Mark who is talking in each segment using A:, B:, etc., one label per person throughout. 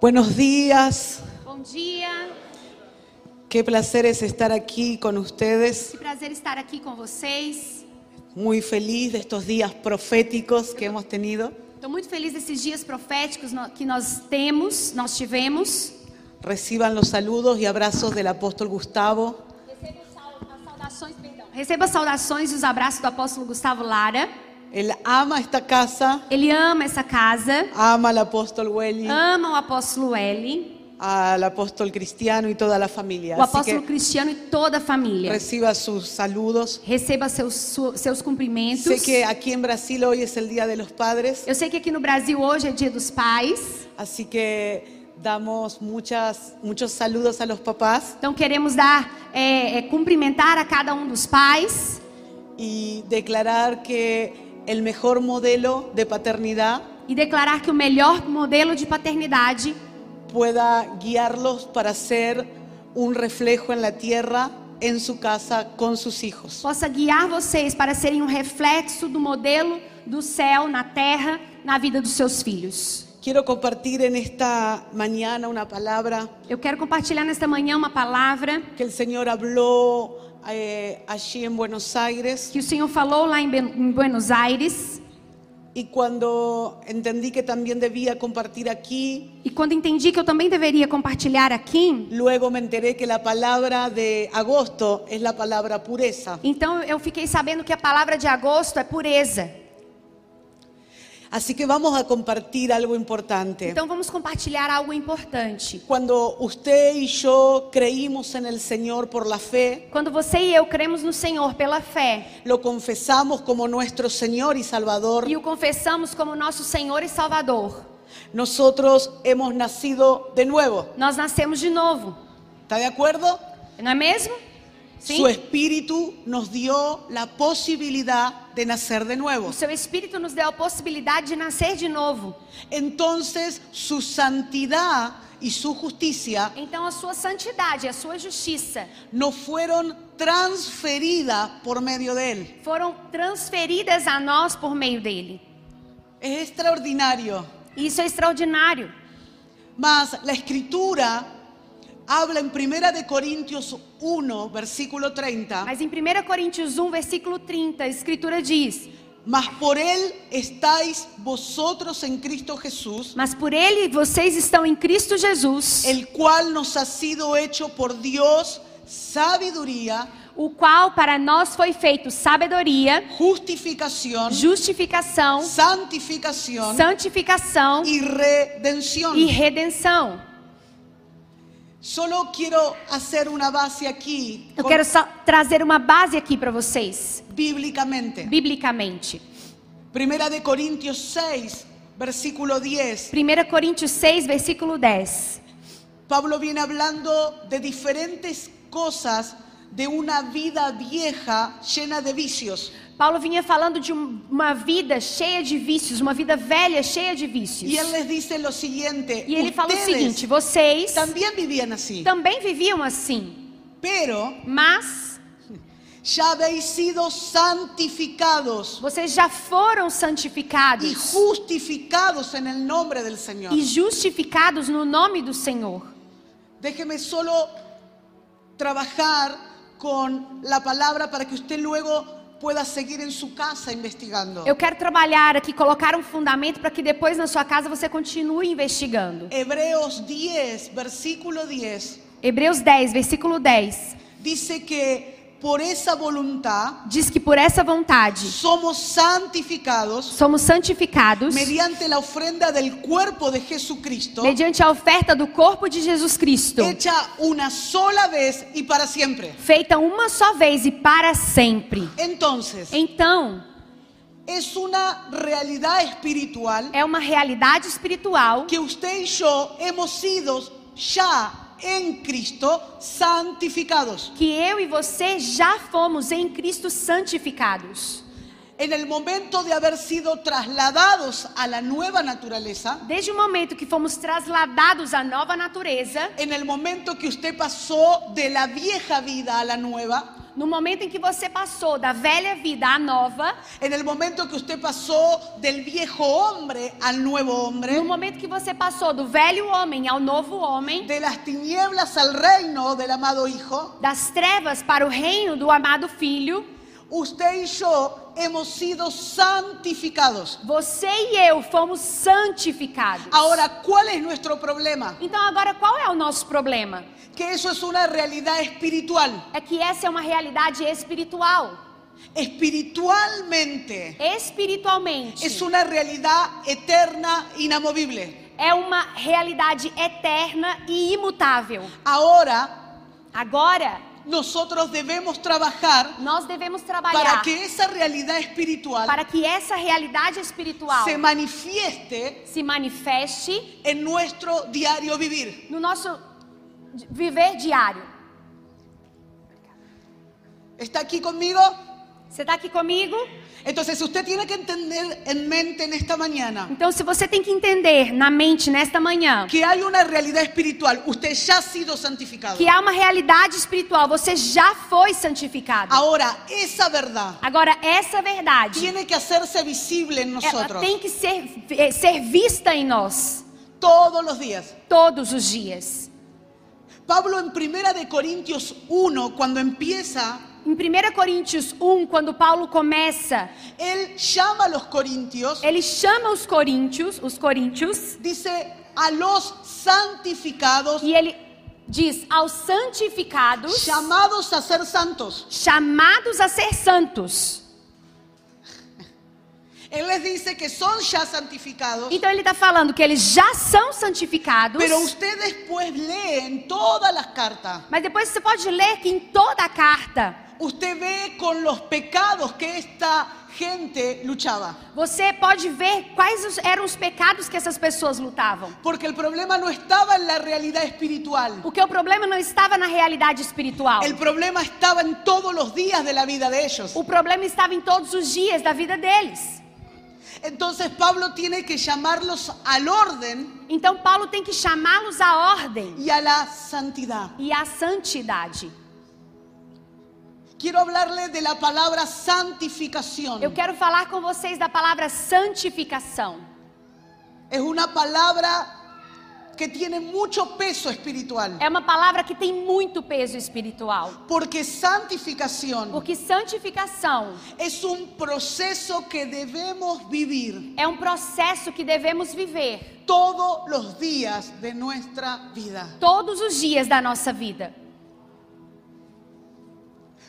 A: Buenos días,
B: Bom dia,
A: qué placer es estar aquí con ustedes.
B: que prazer estar aqui com vocês.
A: Muy feliz de estos días proféticos que hemos tenido.
B: Estou muito feliz desses dias proféticos no- que nós temos, nós tivemos.
A: Reciban los saludos y abrazos del apóstol Gustavo.
B: Receba as saudações, perdão. Receba as saudações e os abraços do apóstolo Gustavo Lara.
A: Él ama esta casa,
B: Ele ama essa casa,
A: ama al apóstol Welly,
B: ama o apóstolo L,
A: al apóstol Cristiano y toda la familia.
B: o
A: Así
B: apóstolo
A: que
B: Cristiano e toda a família.
A: reciba sus saludos.
B: Receba seus, su- seus cumprimentos.
A: Sé que aquí en Brasil hoy es el Día de los Padres,
B: Eu sei que aqui no Brasil hoje é dia dos pais,
A: así que damos muchas, muchos saludos a los papás.
B: então queremos dar, é, é, cumprimentar a cada um dos pais.
A: y declarar que el mejor modelo de paternidad
B: e declarar que o melhor modelo de paternidade
A: pueda guiarlos para ser un reflejo en la tierra, en su casa, con sus hijos.
B: possa guiar vocês para serem um reflexo do modelo do céu na terra, na vida dos seus filhos.
A: Quiero compartir en esta mañana una palabra
B: Eu quero compartilhar nesta manhã uma palavra
A: que el Señor habló eh, allí en Buenos Aires
B: que o Senhor falou lá em, Ben- em Buenos Aires.
A: y cuando entendí que también debía compartir aquí,
B: E quando entendi que eu também deveria compartilhar aqui,
A: luego me enteré que la palabra de agosto es la palabra pureza.
B: então eu fiquei sabendo que a palavra de agosto é pureza.
A: Así que vamos a compartir algo importante.
B: Então vamos compartilhar algo importante.
A: Cuando usted y yo creímos en el Señor por la fe,
B: Quando você e eu cremos no Senhor pela fé,
A: lo confesamos como nuestro Señor y Salvador,
B: e o confessamos como nosso Senhor e Salvador.
A: nosotros hemos nacido de nuevo.
B: Nós nascemos de novo,
A: ¿Está de acuerdo?
B: não é mesmo?
A: Su espíritu nos dio la posibilidad de nacer de nuevo.
B: O seu Espírito nos deu a possibilidade de nascer de novo.
A: Entonces, su santidad y su justicia
B: Então a sua santidade, a sua justiça
A: nos fueron transferidas por medio de Él.
B: foram transferidas a nós por meio dele.
A: Es extraordinario.
B: E Isso é extraordinário.
A: Mas la escritura habla en Primera de Corintios 1, versículo 30,
B: Mas em 1 Coríntios 1, versículo 30, a Escritura diz:
A: mas por él estáis vosotros en Cristo Jesús,
B: Mas por ele vocês estão em Cristo Jesus,
A: el cual nos ha sido hecho por Dios sabiduría,
B: o qual para nós foi feito sabedoria,
A: justificación,
B: justificação,
A: santificación
B: santificação
A: y redención.
B: e redenção.
A: Solo quiero hacer una base aquí
B: Eu
A: con-
B: quero só trazer uma base aqui para vocês,
A: bíblicamente.
B: biblicamente.
A: Primera de Corintios 6, versículo 10.
B: 1 Coríntios 6, versículo 10.
A: Pablo viene hablando de diferentes cosas de una vida vieja llena de vicios.
B: Paulo vinha falando de um- uma vida cheia de vícios, uma vida velha cheia de vícios.
A: Y él les dice lo siguiente,
B: E ele fala o
A: ustedes
B: seguinte: vocês
A: también vivían así,
B: também viviam assim,
A: pero
B: mas
A: ya habéis sido santificados
B: vocês já foram
A: y
B: santificados
A: justificados en el nombre del Señor.
B: e justificados no nome do Senhor.
A: Déjeme solo trabajar con la palabra para que usted luego pueda seguir en su casa investigando.
B: Eu quero trabalhar aqui, colocar um fundamento para que depois na sua casa você continue investigando.
A: É. Hebreos 10, versículo 10.
B: Hebreus 10, versículo 10.
A: dice que por esa voluntad
B: diz que por essa vontade
A: somos santificados
B: somos santificados
A: mediante la ofrenda del cuerpo de Jesucristo,
B: mediante a oferta do corpo de Jesus Cristo,
A: hecha una sola vez y para siempre.
B: feita uma só vez e para sempre.
A: Entonces,
B: Então,
A: es una realidad espiritual
B: é uma realidade espiritual
A: que usted y yo hemos sido ya en Cristo santificados.
B: que eu e você já fomos em Cristo santificados.
A: En el momento de haber sido trasladados a la nueva naturaleza,
B: Desde o momento que fomos trasladados à nova natureza,
A: en el momento que usted pasó de la vieja vida a la nueva,
B: no momento em que você passou da velha vida à nova,
A: En el momento que usted pasó del viejo hombre al nuevo hombre,
B: no momento que você passou do velho homem ao novo homem,
A: de las tinieblas al reino del amado Hijo,
B: das trevas para o reino do amado filho,
A: usted y yo hemos sido santificados.
B: você e eu fomos santificados.
A: Ahora, ¿cuál es nuestro problema?
B: Então agora qual é o nosso problema?
A: Que eso es una realidad espiritual.
B: É que essa é uma realidade espiritual.
A: Espiritualmente
B: Espiritualmente
A: es una realidad eterna, inamovible.
B: é uma realidade eterna e imutável.
A: Ahora,
B: Agora
A: nosotros debemos trabajar
B: nós devemos
A: para
B: trabalhar
A: que esa realidad espiritual
B: para que essa realidade espiritual
A: se manifieste
B: se manifeste
A: en nuestro diario vivir.
B: no nosso di- viver diário.
A: ¿Está aquí conmigo?
B: Você está aqui comigo?
A: Entonces usted tiene que entender en mente en esta mañana
B: Então, se você tem que entender na mente nesta manhã
A: que hay una realidad espiritual. Usted ya ha sido santificado.
B: que há uma realidade espiritual, você já foi santificado.
A: Ahora, esa verdad
B: Agora, essa verdade
A: tiene que hacerse visible en
B: ela
A: nosotros
B: tem que ser, eh, ser vista em nós
A: todos los días.
B: todos os dias.
A: Pablo en Primera de Corintios 1, cuando empieza,
B: Em 1 Coríntios 1, quando Paulo começa,
A: él llama a los corintios,
B: ele chama os coríntios, os coríntios,
A: dice a los santificados,
B: e ele diz aos santificados,
A: llamados a ser santos.
B: chamados a ser santos.
A: Él les dice que son ya santificados.
B: Então ele está falando que eles já são santificados.
A: Pero usted después lee en todas las cartas,
B: Mas depois você pode ler que em toda a carta
A: usted ve con los pecados que esta gente luchaba.
B: você pode ver quais os- eram os pecados que essas pessoas lutavam.
A: Porque el problema no estaba en la realidad espiritual.
B: Porque o problema não estava na realidade espiritual.
A: El problema estaba en todos los días de la vida de ellos.
B: O problema estava em todos os dias da vida deles.
A: Entonces Pablo tiene que llamarlos al orden
B: Então Paulo tem que chamá-los à ordem
A: y a la santidad.
B: e à santidade.
A: Quiero hablarle de la palabra santificación.
B: Eu quero falar com vocês da palavra santificação.
A: Es una palabra que tiene mucho peso espiritual.
B: É uma palavra que tem muito peso espiritual.
A: Porque santificación
B: Porque santificação
A: Es un proceso que debemos vivir
B: é um processo que devemos viver
A: todos los días de nuestra vida
B: todos os dias da nossa vida.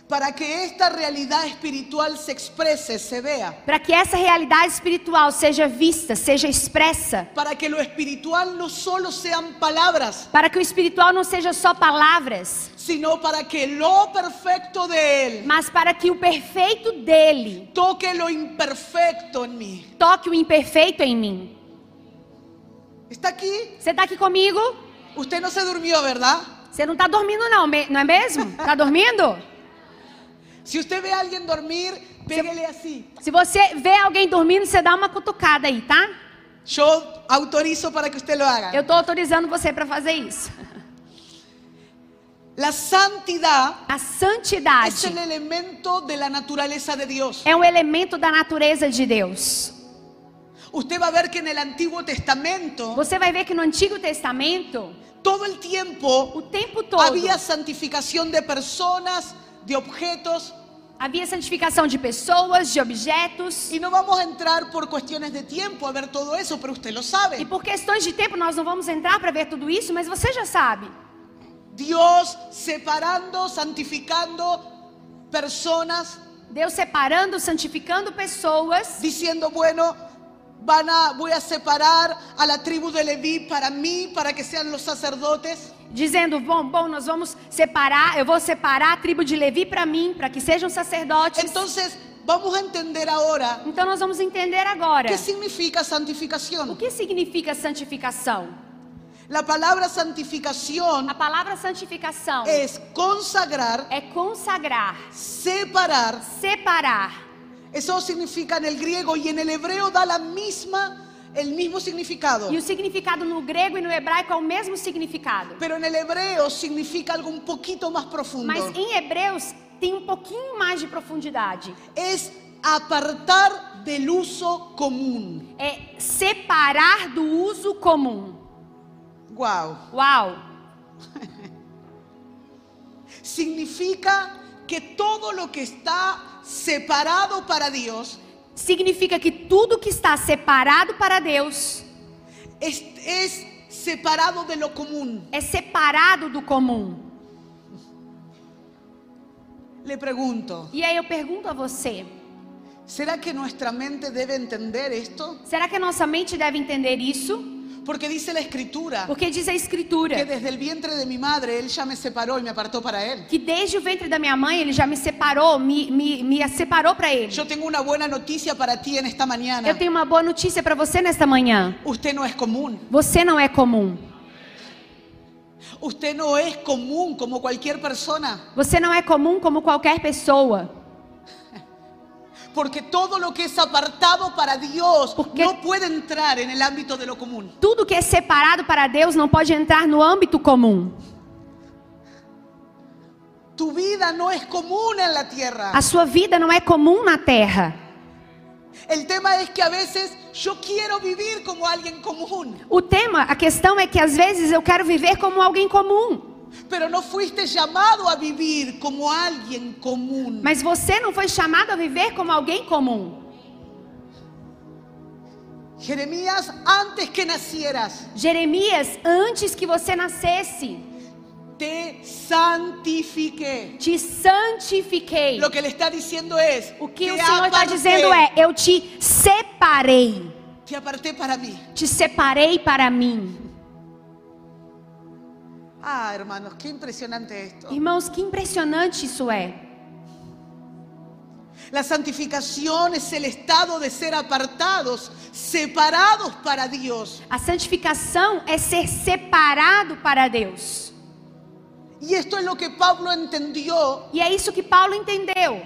A: para que esta realidad espiritual se exprese, se vea,
B: Para que essa realidade espiritual seja vista, seja expressa.
A: para que lo espiritual no solo sean palabras,
B: Para que o espiritual não seja só palavras,
A: sino para que lo perfecto de Él
B: mas para que o perfeito dele
A: toque lo imperfecto en mí.
B: Toque o imperfeito em mim.
A: ¿Está aquí?
B: Você tá aqui comigo?
A: Usted no se durmió, ¿verdad?
B: Você não tá dormindo não, me- não é mesmo? Tá dormindo?
A: Si usted ve a alguien dormir, pégale así.
B: Se você vê alguém dormindo, você dá uma cutucada aí, tá?
A: Yo autorizo para que usted lo haga.
B: Eu tô autorizando você para fazer isso.
A: La santidad
B: A
A: es el
B: santidade
A: elemento de la naturaleza de Dios.
B: é um elemento da natureza de Deus.
A: Usted va a ver que en el Antiguo Testamento
B: Você vai ver que no Antigo Testamento,
A: todo el tiempo
B: o tempo todo,
A: había santificación de personas, de objetos,
B: havia santificação de pessoas, de objetos.
A: y no vamos a entrar por cuestiones de tiempo a ver todo eso, pero usted lo
B: E
A: sabe.
B: por questões de tempo nós não vamos entrar para ver tudo isso, mas você já sabe.
A: Dios separando, santificando personas,
B: Deus separando, santificando pessoas
A: diciendo, bueno, van a, voy a separar a la tribu de Leví para mí, para que sean los sacerdotes.
B: dizendo: bom, bom, nós vamos separar, eu vou separar a tribo de Levi para mim, para que sejam sacerdotes. Então,
A: Entonces, vamos a entender ahora
B: nós vamos entender agora
A: qué significa
B: o
A: santificación.
B: que significa santificação.
A: La palabra santificación
B: A palavra santificação
A: es consagrar,
B: é consagrar,
A: separar.
B: separar.
A: Eso significa en el griego y en el hebreo da la misma, el mismo significado.
B: E o significado no grego e no hebraico é o mesmo significado,
A: Pero en el hebreo significa algo un poquito más profundo.
B: mas em hebreus tem um pouquinho mais de profundidade.
A: es apartar del uso común.
B: É separar do uso comum.
A: Wow.
B: Uau!
A: Significa que todo lo que está separado para Dios
B: Significa que tudo que está separado para Deus
A: es, es separado de lo común.
B: é separado do comum.
A: Le pregunto,
B: E aí eu pergunto a você:
A: ¿será que nuestra mente debe entender esto?
B: será que a nossa mente deve entender isso?
A: Porque dice la escritura
B: Porque diz a Escritura
A: que desde el vientre de mi madre él ya me separó y me apartó para él.
B: que desde o ventre da minha mãe ele já me separou, me, me, me separou para ele.
A: Yo tengo una buena noticia para ti en esta mañana.
B: Eu tenho uma boa notícia para você nesta manhã.
A: Usted no es común.
B: Você não é comum.
A: Usted no es común como cualquier persona.
B: Você não é comum como qualquer pessoa.
A: Porque todo lo que es apartado para Dios
B: Porque-
A: no puede entrar en el ámbito de lo común.
B: Tudo que é separado para Deus não pode entrar no âmbito comum.
A: Tu vida no es común en la tierra.
B: A sua vida não é comum na terra.
A: El tema es que a veces yo quiero vivir como alguien común,
B: O tema, a questão é que às vezes eu quero viver como alguém comum,
A: pero no fuiste llamado a vivir como alguien común.
B: mas você não foi chamado a viver como alguém comum.
A: Jeremías, antes que nacieras,
B: Jeremias, antes que você nascesse,
A: te santifiqué.
B: te santifiquei.
A: Lo que le está diciendo es,
B: O que o
A: te
B: Senhor está
A: aparté,
B: dizendo é: eu te separei,
A: te aparté para mí.
B: te separei para mim.
A: Ah, hermanos, qué impresionante esto.
B: Irmãos, que impressionante isso é.
A: La santificación es el estado de ser apartados, separados para Dios.
B: A santificação é ser separado para Deus.
A: Y esto es lo que Pablo entendió
B: E é isso que Paulo entendeu.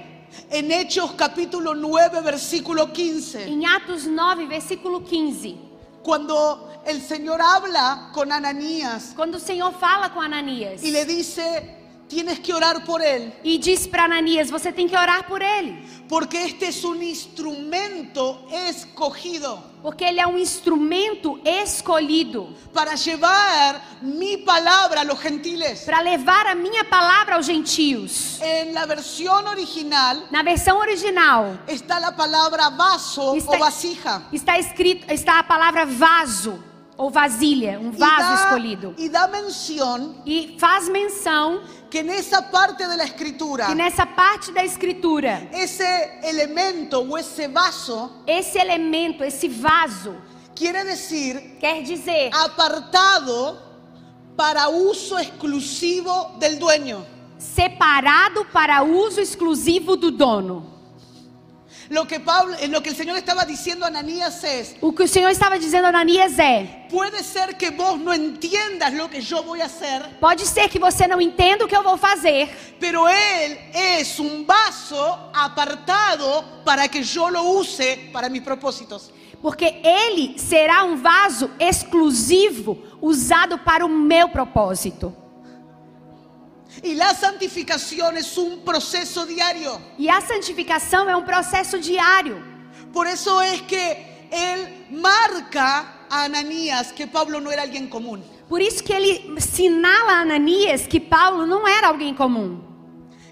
A: en Hechos capítulo 9, versículo 15.
B: Em Atos 9, versículo 15.
A: Cuando el Señor habla con Ananías
B: Quando o Senhor fala com Ananias
A: y le dice, tienes que orar por él,
B: e diz para Ananias: Você tem que orar por ele,
A: porque este es un instrumento escogido
B: porque ele é um instrumento escolhido
A: para llevar mi palabra a los gentiles.
B: para levar a minha palavra aos gentios.
A: En la versión original
B: Na versão original,
A: está la palabra vaso
B: Está-
A: o vasija.
B: Está escrito, está a palavra vaso ou vasilha, um
A: Y
B: vaso
A: da-
B: escolhido.
A: y da mención
B: E faz menção
A: que en esa parte de la escritura,
B: que nessa parte da escritura,
A: ese elemento o ese vaso
B: esse elemento, esse vaso,
A: quiere decir
B: quer dizer
A: apartado para uso exclusivo del dueño.
B: separado para uso exclusivo do dono.
A: Lo que, Pablo, eh, lo que el Señor estaba diciendo a Ananías es,
B: O que o Senhor estava dizendo a Ananias é:
A: puede ser que vos no entiendas lo que yo voy a hacer,
B: pode ser que você não entenda o que eu vou fazer,
A: pero Él es un vaso apartado para que yo lo use para mis propósitos.
B: porque ele será um vaso exclusivo usado para o meu propósito.
A: Y la santificación es un proceso diario.
B: E a santificação é um processo diário.
A: Por eso es que Él marca a Ananías que Pablo no era alguien común.
B: Por isso que ele sinala a Ananias que Paulo não era alguém comum.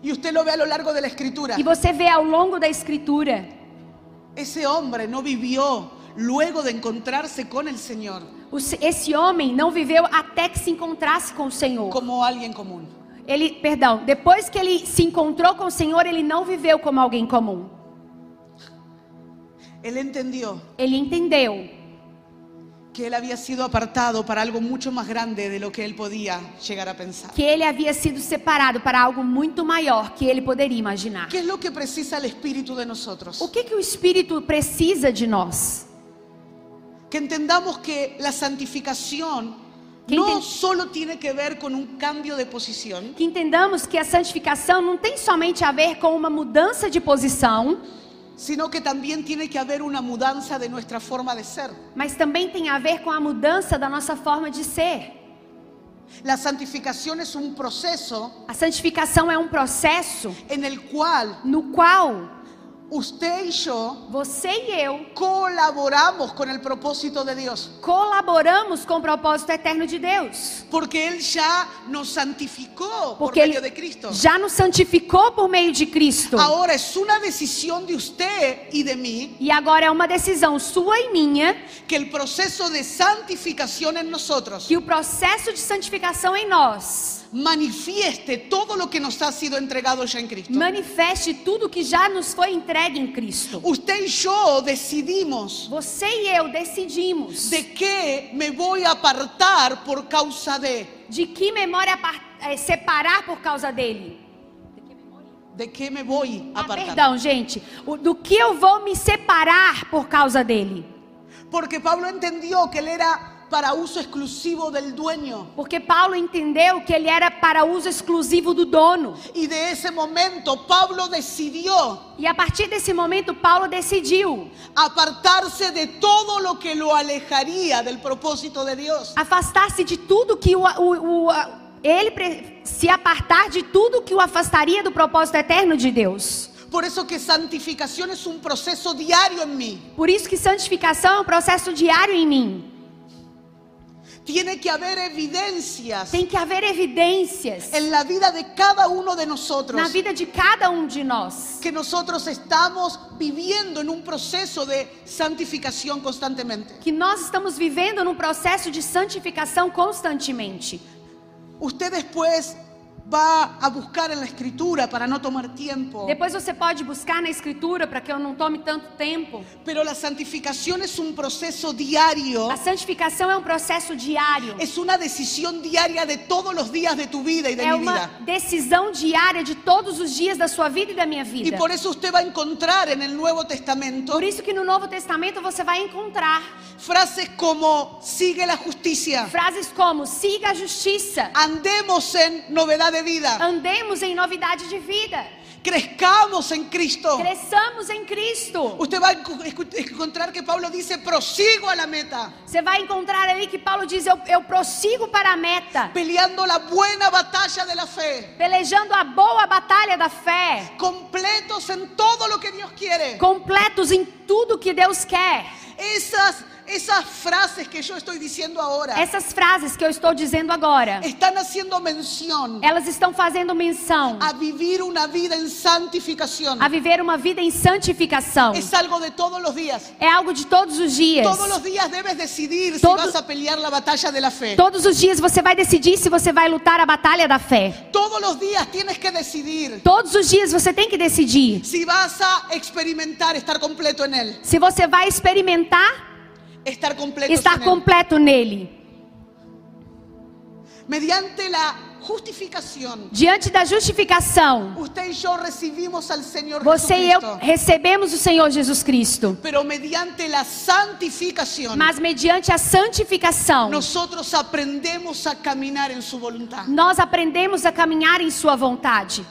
A: Y usted lo ve a lo largo de la escritura.
B: E você vê ao longo da escritura,
A: Ese hombre no vivió luego de encontrarse con el Señor
B: o se- esse homem não viveu até que se encontrasse com o Senhor.
A: como alguien común.
B: Ele, perdão, depois que ele se encontrou com o Senhor, ele não viveu como alguém comum.
A: Él entendió
B: Ele entendeu
A: que él había sido apartado para algo mucho más grande de lo que él podía llegar a pensar.
B: que ele havia sido separado para algo muito maior que ele poderia imaginar.
A: ¿Qué es lo que precisa el Espíritu de
B: O
A: nosotros?
B: que que o espírito precisa de nós?
A: Que entendamos que la santificación
B: Que
A: no
B: enten-
A: solo tiene que ver con un cambio de posición,
B: Que entendamos que a santificação não tem somente a ver com uma mudança de posição,
A: sino que también tiene que haber una mudanza de nuestra forma de ser.
B: mas também tem a ver com a mudança da nossa forma de ser.
A: La santificación es un proceso
B: A santificação é um processo
A: en el cual
B: no qual
A: usted y yo
B: você e eu
A: colaboramos con el propósito de Dios.
B: colaboramos com o propósito eterno de Deus.
A: Porque Él ya nos santificó por
B: Porque
A: medio
B: ele
A: de Cristo.
B: já nos santificou por meio de Cristo.
A: Ahora es una decisión de usted y de mí
B: E agora é uma decisão sua e minha
A: que el proceso de santificación en nosotros
B: que o processo de santificação em nós
A: manifieste todo lo que nos ha sido entregado ya en Cristo.
B: manifeste tudo que já nos foi entregue em Cristo.
A: Usted y yo decidimos
B: Você e eu decidimos de,
A: de qué me voy a apartar por causa de,
B: que memória apar- eh, separar por causa dele.
A: de qué me voy a
B: Ah,
A: apartar.
B: perdão, gente. O- do que eu vou me separar por causa dele?
A: Porque Pablo entendió que él era para uso exclusivo del dueño.
B: Porque Paulo entendeu que ele era para uso exclusivo do dono.
A: Y de ese momento Pablo decidió
B: E a partir desse momento, Paulo decidiu
A: apartarse de todo lo que lo alejaría del propósito de Dios.
B: afastar-se de tudo que o, o- o- a- ele pre- se apartar de tudo que o afastaria do propósito eterno de Deus.
A: Por eso que santificación es un proceso diario en mí.
B: Por isso que santificação é um processo diário em mim.
A: Tiene que haber evidencias
B: Tem que haver evidências
A: en la vida de cada uno de nosotros.
B: na vida de cada um de nós.
A: que nosotros estamos viviendo en un proceso de santificación constantemente.
B: Que nós estamos vivendo num processo de santificação constantemente.
A: Usted después va a buscar en la escritura para no tomar tiempo,
B: Depois você pode buscar na escritura para que eu não tome tanto tempo.
A: pero la santificación es un proceso diario,
B: A santificação é um processo diário.
A: es una decisión diaria de todos los días de tu vida y de
B: é
A: mi
B: uma
A: vida.
B: decisão diária de todos os dias da sua vida e da minha
A: Y
B: vida.
A: por eso usted va a encontrar en el Nuevo Testamento
B: Por isso que no Novo Testamento você vai encontrar
A: frases como sigue la justicia,
B: frases como siga a justiça,
A: andemos en novedad de vida,
B: andemos em novidade de vida,
A: crezcamos en Cristo.
B: cresçamos em Cristo.
A: Usted va a encu- escu- encontrar que Pablo dice, prosigo a la meta,
B: Você vai encontrar aí que Paulo diz: eu, eu prossigo para a meta,
A: peleando la buena batalla de la fe,
B: pelejando a boa batalha da fé,
A: completos en todo lo que Dios quiere.
B: completos em tudo que Deus quer.
A: Esas, esas frases que yo estoy diciendo ahora
B: Essas frases que eu estou dizendo agora,
A: están haciendo mención
B: elas estão fazendo menção
A: a vivir una vida en santificación.
B: a viver uma vida em santificação.
A: Es algo de todos los días.
B: É algo de todos os dias.
A: Todos los días debes decidir si
B: Todo-
A: vas a pelear la batalla de la fe.
B: Todos os dias você vai decidir se você vai lutar a batalha da fé.
A: Todos los días tienes que decidir
B: Todos os dias você tem que decidir
A: si vas a experimentar estar completo en Él.
B: se você vai experimentar
A: Estar completo
B: estar
A: en Él.
B: completo nele.
A: Mediante la justificación,
B: Diante da justificação,
A: usted y yo recibimos al Señor
B: você e eu
A: Jesucristo.
B: recebemos o Senhor Jesus Cristo.
A: Pero mediante la santificación,
B: Mas mediante a santificação,
A: nosotros aprendemos a caminar en su voluntad.
B: nós aprendemos a caminhar em Sua vontade.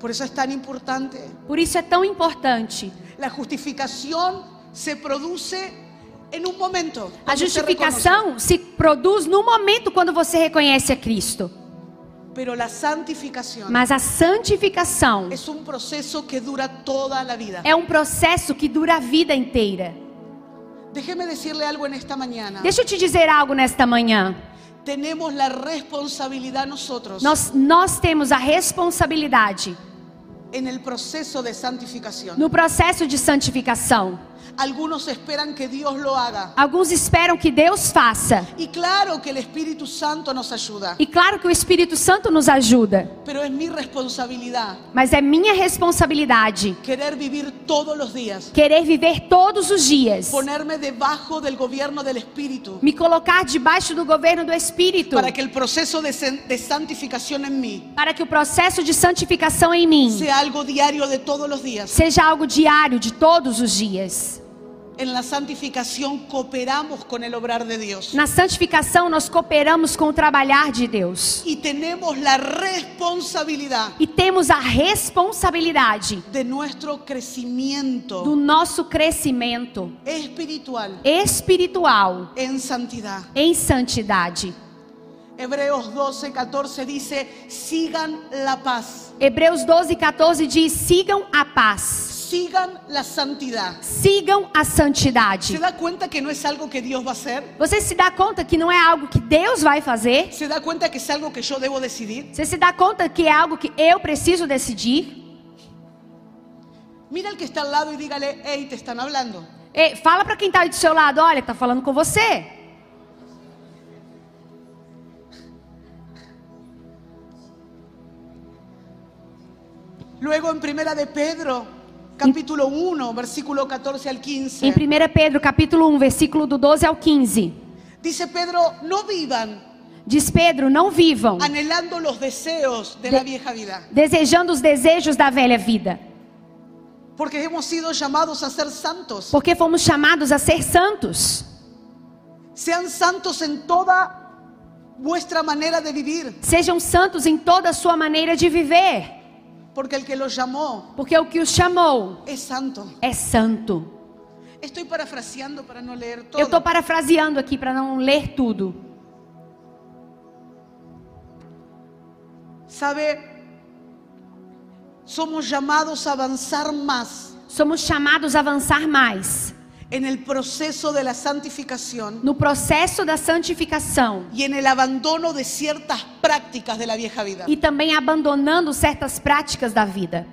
A: Por eso es tan importante.
B: Por isso é tão importante.
A: La justificación se produce en un momento.
B: A
A: cuando usted reconoce.
B: justificação se produz no momento quando você reconhece a Cristo.
A: Pero la santificación
B: Mas a santificação
A: es un proceso que dura toda la vida.
B: É um processo que dura a vida inteira.
A: Déjeme decirle algo en esta mañana.
B: Deixa eu te dizer algo nesta manhã.
A: Tenemos la responsabilidad nosotros
B: Nós, nós temos a responsabilidade
A: en el proceso de santificación.
B: no processo de santificação.
A: Algunos esperan que Dios lo haga.
B: Alguns esperam que Deus faça.
A: Y claro que el Espíritu Santo nos ayuda,
B: E claro que o Espírito Santo nos ajuda,
A: pero es mi responsabilidad
B: mas é minha responsabilidade
A: querer vivir todos los días,
B: querer viver todos os dias,
A: ponerme debajo del gobierno del Espíritu,
B: me colocar debaixo do governo do Espírito,
A: para que el proceso de, sen- de santificación en mim
B: para que o processo de santificação em mim
A: sea algo diario de todos los días.
B: seja algo diário de todos os dias.
A: En la santificación cooperamos con el obrar de Dios.
B: Na santificação, nós cooperamos com o trabalhar de Deus.
A: Y tenemos la responsabilidad
B: E temos a responsabilidade
A: de nuestro
B: do
A: crecimiento
B: nosso crescimento
A: espiritual
B: espiritual
A: en santidad.
B: em santidade.
A: Hebreos 12, 14 dice, sigan la paz,
B: Hebreus 12, 14 diz: sigam a paz,
A: sigan la santidad.
B: sigam a
A: ¿Se
B: santidade.
A: da cuenta que no es algo que Dios va a hacer?
B: Você se dá conta que não é algo que Deus vai fazer?
A: ¿Se da cuenta que es algo que yo debo decidir?
B: Você se dá conta que é algo que eu preciso decidir?
A: Mira al que está al lado e dígale, hey, te están hablando.
B: Ei, fala pra quem tá aí do seu lado: olha, tá falando com você.
A: Luego en Primera de Pedro, capítulo 1, versículo 14 al
B: Em
A: 15,
B: 1 Pedro, capítulo 1, versículo do 12 ao 15.
A: dice Pedro, no vivan
B: Diz Pedro: não vivam
A: anhelando los deseos de la vieja vida,
B: desejando os desejos da velha vida,
A: porque hemos sido llamados a ser santos.
B: porque fomos chamados a ser santos.
A: Sean santos en toda vuestra manera de vivir,
B: Sejam santos em toda a sua maneira de viver,
A: porque el que los llamó
B: porque o que os chamou
A: es santo.
B: é santo.
A: Estoy parafraseando para no leer
B: Eu estou
A: todo.
B: parafraseando aqui para não ler tudo.
A: ¿Sabe? Somos llamados a avanzar más
B: Somos chamados a avançar mais
A: en el proceso de la santificación
B: no processo da santificação
A: y en el abandono de ciertas prácticas de la vieja vida.
B: e também abandonando certas práticas da vida.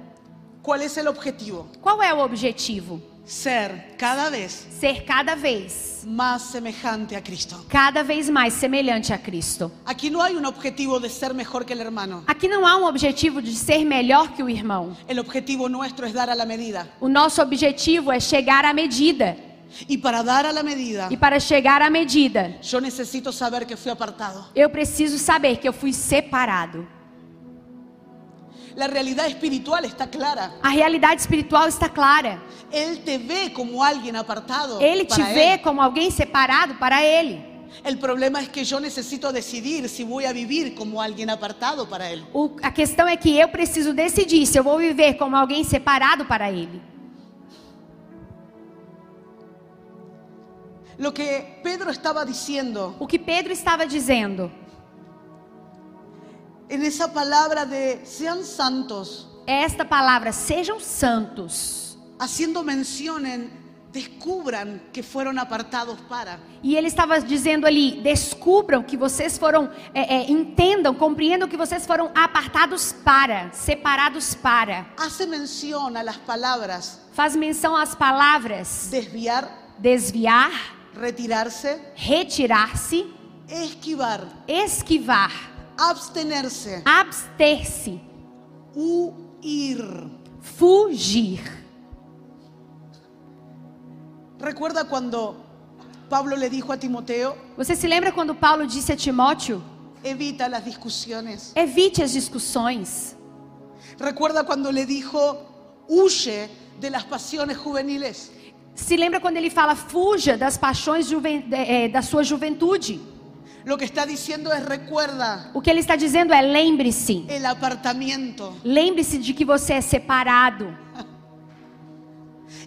A: ¿Cuál es el objetivo?
B: Qual é o objetivo?
A: Ser cada vez
B: Ser cada vez,
A: más semejante a Cristo.
B: cada vez mais semelhante a Cristo.
A: Aquí no hay un objetivo de ser mejor que el hermano.
B: Aqui não há um objetivo de ser melhor que o irmão.
A: El objetivo nuestro es dar a la medida.
B: O nosso objetivo é chegar à medida.
A: Y para dar a la medida,
B: E para chegar à medida,
A: yo necesito saber que fui apartado.
B: eu preciso saber que eu fui separado.
A: La realidad espiritual está clara.
B: A realidade espiritual está clara.
A: Él te ve como alguien apartado.
B: Ele te
A: para
B: vê
A: Él.
B: como alguém separado para ele.
A: El problema es que yo necesito decidir si voy a vivir como alguien apartado para Él.
B: O- a questão é que eu preciso decidir se eu vou viver como alguém separado para ele.
A: Lo que Pedro estaba diciendo
B: O que Pedro estava dizendo
A: en esa palabra de sean santos,
B: é esta palavra: sejam santos.
A: haciendo mención en descubran que fueron apartados para.
B: E ele estava dizendo ali: descubram que vocês foram, é, é, entendam, compreendam que vocês foram apartados para, separados para.
A: Hace mención a las palabras
B: Faz menção às palavras
A: desviar,
B: desviar,
A: retirarse,
B: retirar-se,
A: esquivar,
B: esquivar,
A: abstenerse,
B: abster-se,
A: huir.
B: fugir.
A: Recuerda cuando Pablo le dijo a Timoteo,
B: Você se lembra quando Paulo disse a Timóteo:
A: evita las discusiones.
B: evite as discussões.
A: Recuerda cuando le dijo, huye de las pasiones juveniles.
B: Se lembra quando ele fala: fuja das paixões juven- eh, eh, da sua juventude.
A: Lo que está diciendo es recuerda
B: O que ele está dizendo é: lembre-se.
A: el apartamiento.
B: Lembre-se de que você é separado.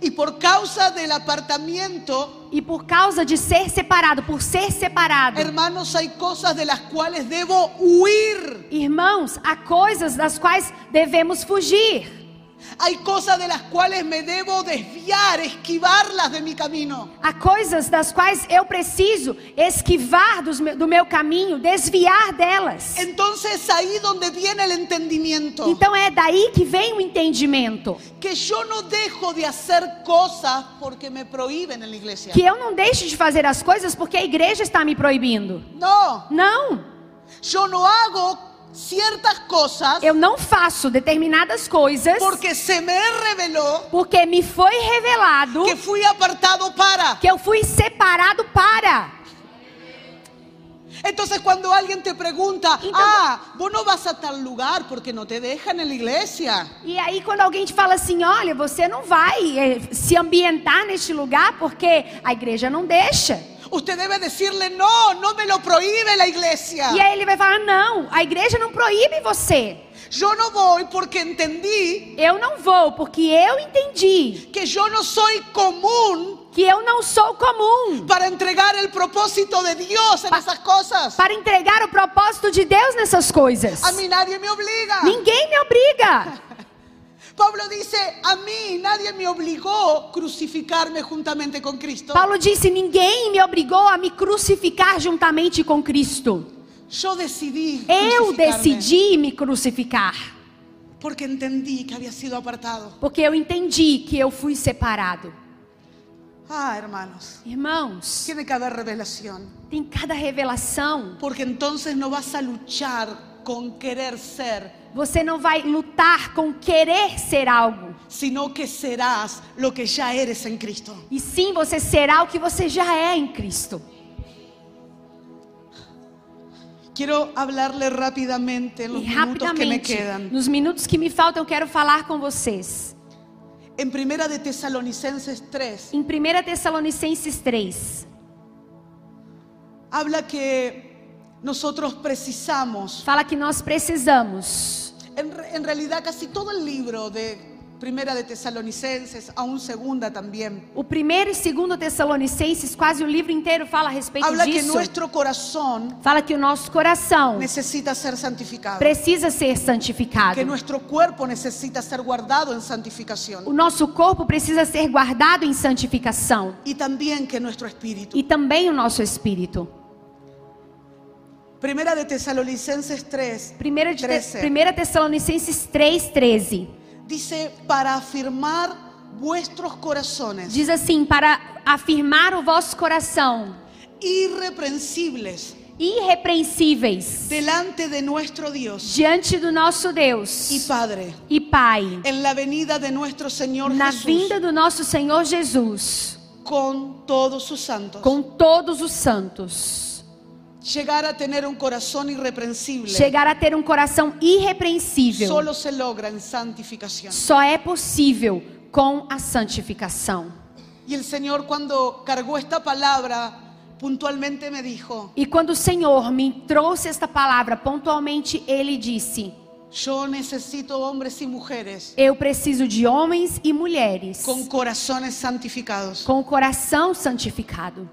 A: Y por causa del apartamiento,
B: E por causa de ser separado, por ser separado,
A: hermanos, hay cosas de las cuales debo huir.
B: irmãos, há coisas das quais devemos fugir.
A: Hay cosas de las cuales me debo desviar, esquivarlas de mi camino.
B: Há coisas das quais eu preciso esquivar dos me- do meu caminho, desviar delas.
A: Entonces es ahí donde viene el entendimiento.
B: Então é daí que vem o entendimento.
A: Que yo no dejo de hacer cosas porque me prohíben en la iglesia.
B: Que eu não deixe de fazer as coisas porque a igreja está me proibindo.
A: No,
B: Não,
A: yo no hago ciertas cosas
B: eu não faço determinadas coisas
A: porque se me reveló
B: porque me foi revelado
A: que fui apartado para.
B: que eu fui separado para.
A: Entonces cuando alguien te pregunta,
B: Então-
A: ah, vos no vas a tal lugar porque no te dejan en la iglesia.
B: E aí, quando alguém te fala assim, olha, você não vai eh, se ambientar neste lugar porque a igreja não deixa.
A: Usted debe decirle, no, no me lo prohíbe la iglesia.
B: E aí ele vai falar, não, a igreja não proíbe você.
A: Yo no voy porque entendí
B: Eu não vou, porque eu entendi
A: que yo no soy común
B: que eu não sou comum
A: para entregar el propósito de Dios en
B: Pa-
A: esas cosas.
B: para entregar o propósito de Deus nessas coisas.
A: A mí nadie me obliga.
B: Ninguém me obriga.
A: Pablo dice, a mí nadie me obligó crucificarme juntamente con Cristo.
B: Paulo disse: Ninguém me obrigou a me crucificar juntamente com Cristo.
A: Yo decidí
B: Eu
A: crucificarme
B: decidi me crucificar,
A: porque entendí que había sido apartado.
B: porque eu entendi que eu fui separado.
A: Ah, hermanos,
B: Irmãos,
A: tiene que haber revelación,
B: tem cada revelação.
A: porque entonces no vas a luchar con querer ser,
B: Você não vai lutar com querer ser algo,
A: sino que serás lo que ya eres en Cristo.
B: e sim você será o que você já é em Cristo.
A: Quiero hablarle rápidamente en los
B: E
A: minutos que me
B: rapidamente,
A: quedan.
B: nos minutos que me faltam, eu quero falar com vocês.
A: En Primera de Tesalonicenses 3
B: Em 1 Tessalonicenses 3,
A: habla que nosotros precisamos
B: fala que nós precisamos
A: En, re- en realidad casi todo el libro de Primera de Tesalonicenses, aún segunda también,
B: O primeiro e segundo Tessalonicenses, quase o livro inteiro fala a respeito
A: habla que
B: disso.
A: nuestro corazón
B: Fala que o nosso coração
A: necesita ser santificado,
B: precisa ser santificado.
A: que nuestro cuerpo necesita ser guardado en santificación
B: O nosso corpo precisa ser guardado em santificação
A: y también que nuestro espíritu.
B: e também o nosso espírito.
A: Primera de Tesalonicenses 3
B: Primeira de te,
A: 13.
B: primeira Tessalonicenses 3:13
A: dice, para afirmar vuestros corazones
B: diz assim: "Para afirmar o vosso coração
A: irreprensibles
B: irrepreensíveis
A: delante de nuestro Dios
B: diante do nosso
A: y
B: Deus
A: Padre
B: e Pai,
A: en la venida de nuestro Señor
B: na
A: Jesús.
B: vinda do nosso Senhor Jesus."
A: con todos sus santos.
B: com todos os santos,
A: Llegar a tener un corazón irreprensible
B: chegar a ter um coração irrepreensível,
A: solo se logra en santificación.
B: só é possível com a santificação.
A: Y el Señor cuando cargó esta palabra, puntualmente me dijo,
B: E quando o Senhor me trouxe esta palavra, pontualmente ele disse:
A: yo necesito hombres y mujeres
B: Eu preciso de homens e mulheres
A: con corazones santificados.
B: com o coração santificado.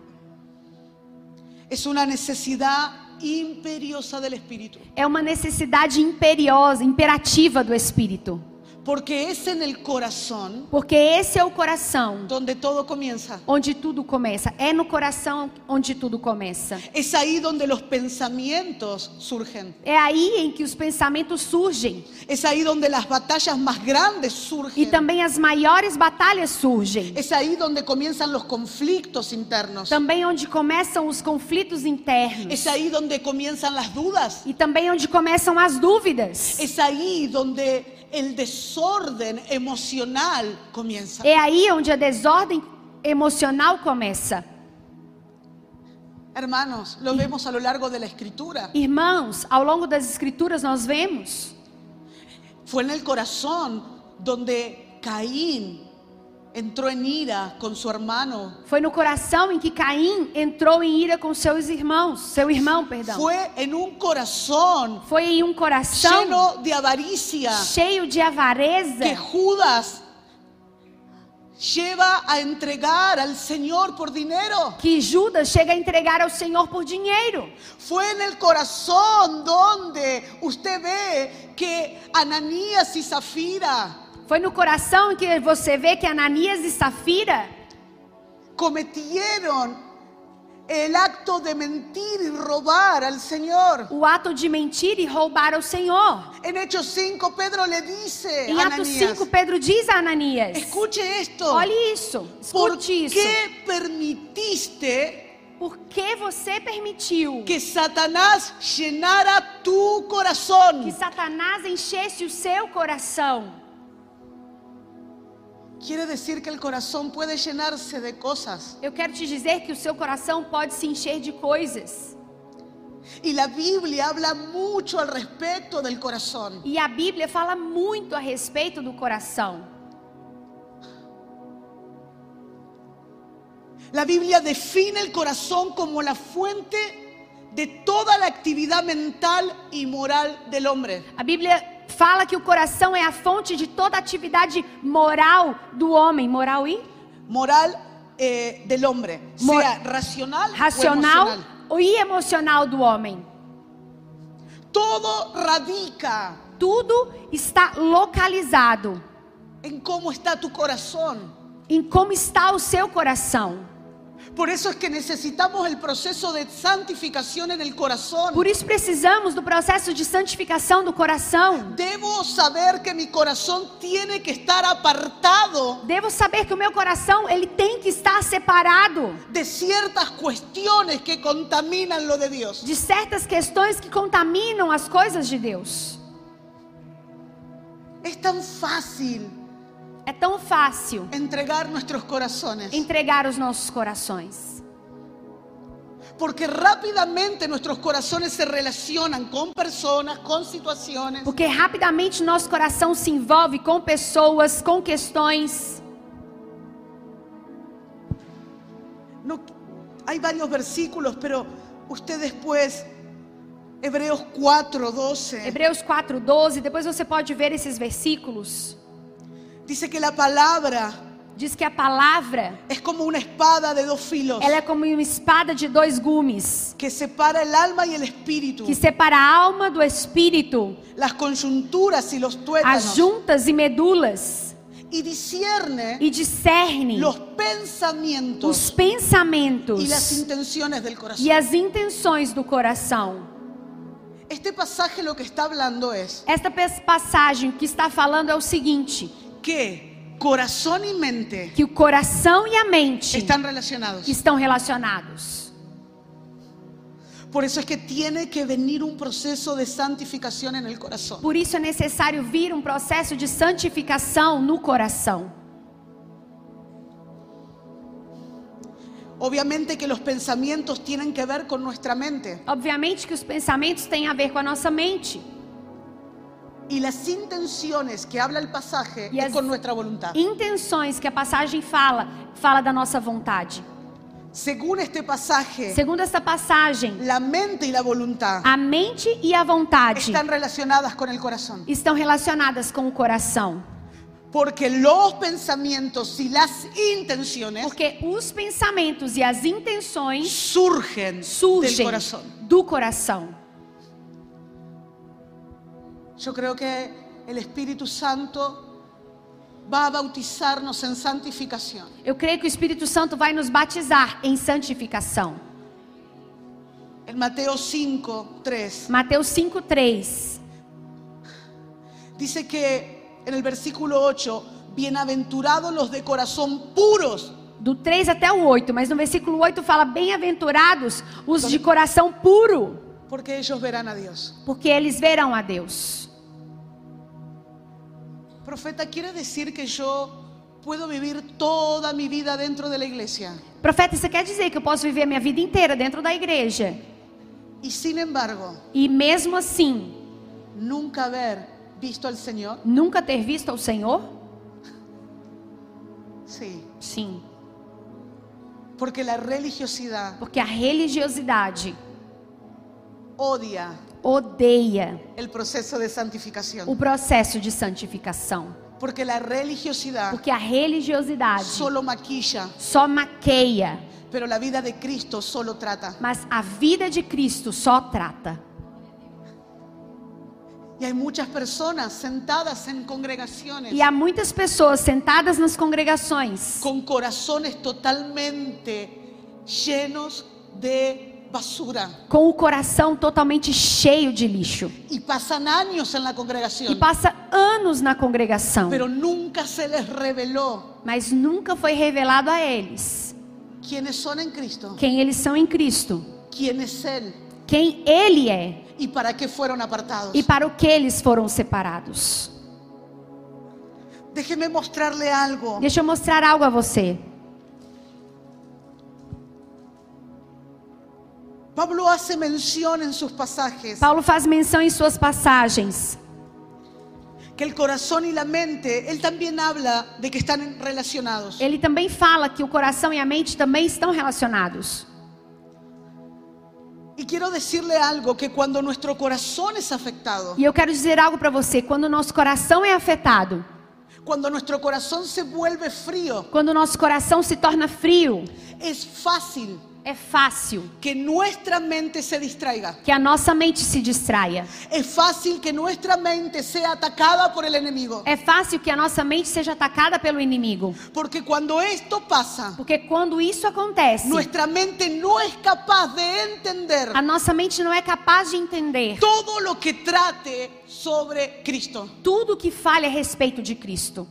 A: Es una necesidad imperiosa del Espíritu,
B: É uma necessidade imperiosa, imperativa do Espírito,
A: porque es en el corazón
B: porque esse é o coração
A: donde todo comienza.
B: onde tudo começa. É no coração onde tudo começa.
A: Es ahí donde los pensamientos surgen.
B: É aí em que os pensamentos surgem
A: Es ahí donde las batallas más grandes
B: e
A: surgen.
B: também as maiores batalhas surgem.
A: Es ahí donde comienzan los conflictos internos.
B: Também onde começam os conflitos internos
A: Es ahí donde comienzan las dudas.
B: e também onde começam as dúvidas.
A: Es ahí donde el desorden emocional comienza.
B: É aí onde a desordem emocional começa.
A: Hermanos, lo vemos a lo largo de la escritura.
B: Irmãos, ao longo das escrituras nós vemos
A: Fue en el corazón donde Caín entró en ira con su hermano.
B: foi no coração em que Caim entrou em ira com seus irmãos, seu irmão, perdão.
A: Fue en un corazón
B: Foi em um coração
A: lleno de avaricia
B: cheio de
A: que
B: avareza
A: Judas lleva a entregar al Señor por dinero.
B: que Judas chega a entregar ao Senhor por dinheiro.
A: Fue en el corazón donde usted ve que Ananías y Zafira
B: Foi no coração em que você vê que Ananias e Safira
A: cometieron el acto de mentir y robar al Señor.
B: o ato de mentir e roubar ao Senhor.
A: En Hechos 5 Pedro le dice
B: Em
A: a
B: Atos
A: Ananías,
B: 5, Pedro diz a Ananias:
A: escuche esto,
B: Olhe isso,
A: ¿por
B: escute isso.
A: qué permitiste
B: Por que você permitiu
A: que Satanás llenara tu corazón?
B: que Satanás enchesse o seu coração?
A: Quiere decir que el corazón puede llenarse de cosas.
B: Eu quero te dizer que o seu coração pode se encher de coisas.
A: Y la Biblia habla mucho al respecto del corazón.
B: E a Bíblia fala muito a respeito do coração.
A: La Biblia define el corazón como la fuente de toda la actividad mental y moral del hombre.
B: A Bíblia fala que o coração é a fonte de toda atividade moral do homem, moral e
A: Moral eh, del hombre,
B: Mo-
A: sea racional, o
B: racional
A: emocional.
B: e emocional do homem.
A: Todo radica
B: Tudo está localizado
A: en cómo está tu corazón.
B: em como está o seu coração.
A: Por eso es que necesitamos el proceso de santificación en el corazón.
B: Por isso precisamos do processo de santificação do coração.
A: Debo saber que mi corazón tiene que estar apartado
B: Devo saber que o meu coração, ele tem que estar separado
A: de ciertas cuestiones que contaminan lo de Dios.
B: de certas questões que contaminam as coisas de Deus.
A: Es tan fácil
B: É tão fácil
A: entregar nuestros corazones,
B: entregar os nossos corações,
A: porque rápidamente nuestros corazones se relacionan con personas, con situaciones.
B: porque rapidamente nosso coração se envolve com pessoas, com questões.
A: No- hay varios versículos, pero usted después, Hebreos 4, 12,
B: Hebreus 4:12, depois você pode ver esses versículos.
A: dice que la palabra
B: Diz que a palavra,
A: es como una espada de dos filos
B: ela é como uma espada de dois gumes,
A: que separa el alma y el espíritu.
B: que separa a alma do espírito,
A: las conjunturas y los
B: as
A: tuétanos
B: juntas e medulas,
A: y discierne
B: e discerne
A: los
B: os
A: pensamientos y las
B: pensamentos
A: intenciones del
B: e
A: corazón.
B: as intenções do coração.
A: Este pasaje lo que está hablando es
B: Esta pes- passagem que está falando é o seguinte:
A: que corazón y mente
B: que o coração e a mente
A: están relacionados.
B: estão relacionados.
A: Por eso es que tiene que venir un proceso de santificación en el corazón.
B: Por isso é necessário vir um processo de santificação no coração.
A: Obviamente que los pensamientos tienen que ver con nuestra mente
B: Obviamente que os pensamentos têm a ver com a nossa mente
A: y las intenciones que habla el pasaje
B: Y
A: es
B: as-
A: con nuestra voluntad.
B: intenções que a passagem fala, fala da nossa vontade.
A: Según este pasaje,
B: Segundo essa passagem,
A: la mente y la voluntad
B: a mente e a vontade
A: están relacionadas con el corazón.
B: estão relacionadas com o coração,
A: Porque los pensamientos y las intenciones
B: porque os pensamentos e as intenções
A: surgen del
B: surgem
A: corazón.
B: do coração.
A: Yo creo que el Espíritu Santo va a bautizarnos en santificación.
B: Eu creio que o Espírito Santo vai nos batizar em santificação.
A: En Mateo 5, 3
B: Mateus 5:3.
A: dice que en el versículo 8, bienaventurados los de corazón puros,
B: Do 3 até o 8, mas no versículo 8 fala: Bem-aventurados os de coração puro,
A: porque ellos verán a Dios.
B: porque eles verão a Deus.
A: Profeta, ¿quiere decir que yo puedo vivir toda mi vida dentro de la iglesia?
B: Profeta, você quer dizer que eu posso viver a minha vida inteira dentro da igreja
A: Y sin embargo,
B: e mesmo assim
A: nunca haber visto al Señor?
B: nunca ter visto ao Senhor?
A: Sí,
B: Sim,
A: porque la religiosidad
B: porque a religiosidade
A: odia
B: odeia
A: el proceso de
B: o
A: santificación,
B: processo de santificação,
A: porque la religiosidad
B: porque a religiosidade
A: solo maquilla,
B: só maqueia,
A: pero la vida de Cristo solo trata.
B: mas a vida de Cristo só trata.
A: Y hay muchas personas sentadas en congregaciones
B: E há muitas pessoas sentadas nas congregações
A: con corazones totalmente llenos de basura
B: com o coração totalmente cheio de lixo
A: y pasan años en la
B: e
A: congregación,
B: passa anos na congregação,
A: pero nunca se les reveló
B: mas nunca foi revelado a eles
A: quiénes son en Cristo,
B: quem eles são em Cristo,
A: quién es Él
B: quem ele é
A: y para qué fueron apartados.
B: e para o que eles foram separados.
A: Déjeme mostrarle algo.
B: Deixa eu mostrar algo a você.
A: Pablo hace mención en sus pasajes
B: Paulo faz menção em suas passagens
A: que el corazón y la mente, él también habla de que están relacionados.
B: Ele também fala que o coração e a mente também estão relacionados.
A: Y quiero decirle algo, que cuando nuestro corazón es afectado,
B: E eu quero dizer algo para você: quando o nosso coração é afetado,
A: cuando nuestro corazón se vuelve frío,
B: quando o nosso coração se torna frio,
A: es fácil
B: é fácil
A: que nuestra mente se distraiga.
B: que a nossa mente se distraia.
A: Es fácil que nuestra mente sea atacada por el enemigo.
B: É fácil que a nossa mente seja atacada pelo inimigo.
A: Porque cuando esto pasa,
B: Porque quando isso acontece,
A: nuestra mente no es capaz de entender
B: a nossa mente não é capaz de entender
A: todo lo que trate sobre Cristo.
B: tudo que fale a respeito de Cristo.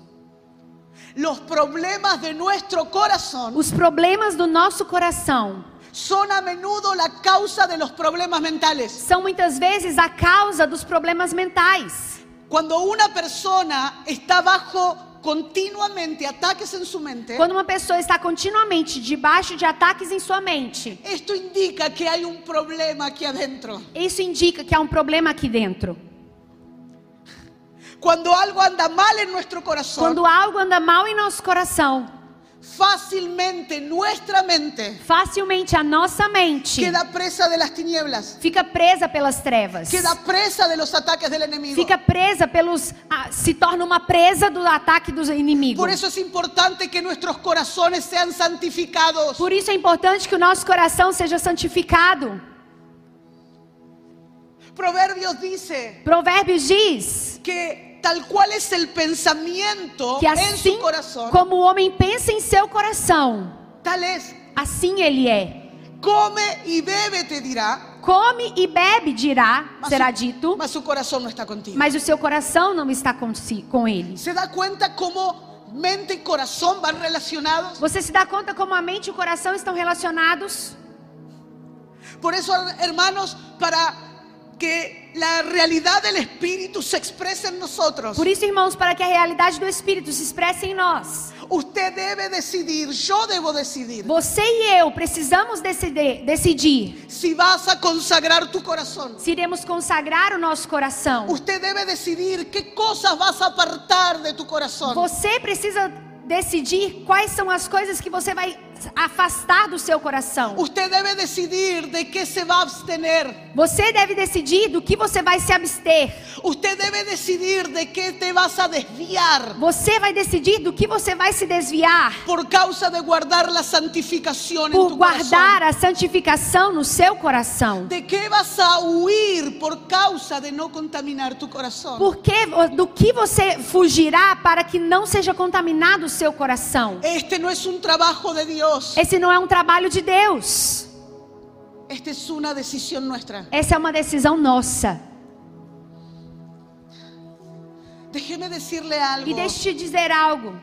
A: Los problemas de nuestro corazón
B: Os problemas do nosso coração
A: son a menudo la causa de los problemas mentales.
B: são muitas vezes a causa dos problemas mentais.
A: Cuando una persona está bajo continuamente ataques en su mente,
B: Quando uma pessoa está continuamente debaixo de ataques em sua mente,
A: esto indica que hay un problema aquí adentro.
B: isso indica que há um problema aqui dentro.
A: Cuando algo anda mal en nuestro corazón,
B: Quando algo anda mal em nosso coração,
A: fácilmente nuestra mente
B: facilmente a nossa mente
A: queda presa de las tinieblas,
B: fica presa pelas trevas.
A: queda presa de los ataques del enemigo.
B: Fica presa pelos ah, se torna uma presa do ataque dos inimigos.
A: Por eso es importante que nuestros corazones sean santificados.
B: Por isso é importante que o nosso coração seja santificado.
A: Proverbios dice,
B: Provérbios diz
A: que tal cual es el pensamiento
B: que
A: en su
B: assim
A: corazón,
B: como o homem pensa em seu coração,
A: tal es,
B: assim ele é.
A: come y bebe, te dirá,
B: Come e bebe, dirá,
A: mas
B: será
A: su-
B: dito,
A: mas su corazón no está contigo.
B: mas o seu coração não está com, si, com ele.
A: ¿Se da cuenta cómo mente y corazón van relacionados?
B: Você se dá conta como a mente e o coração estão relacionados?
A: Por eso, her- hermanos, para que la realidad del Espíritu se exprese en nosotros,
B: Por isso, irmãos, para que a realidade do Espírito se expresse em nós.
A: usted debe decidir, yo debo decidir,
B: Você e eu precisamos decidir, decidir
A: si vas a consagrar tu corazón.
B: se iremos consagrar o nosso coração.
A: Usted debe decidir qué cosas vas a apartar de tu corazón.
B: Você precisa decidir quais são as coisas que você vai afastar do seu coração.
A: Usted debe decidir de qué se va a abstener.
B: Você deve decidir do que você vai se abster.
A: Usted debe decidir de qué te vas a desviar
B: Você vai decidir do que você vai se desviar
A: por causa de guardar la santificación en
B: por
A: tu
B: guardar a santificação no seu corazón.
A: corazón. ¿De qué vas a huir por causa de no contaminar tu corazón?
B: Porque do que você fugirá para que não seja contaminado o seu coração?
A: Este no es un trabajo de Dios.
B: Esse não é um trabalho de Deus.
A: Esta es una decisión nuestra.
B: Essa é uma decisão nossa.
A: Déjeme decirle
B: E
A: algo.
B: deixa eu te dizer algo.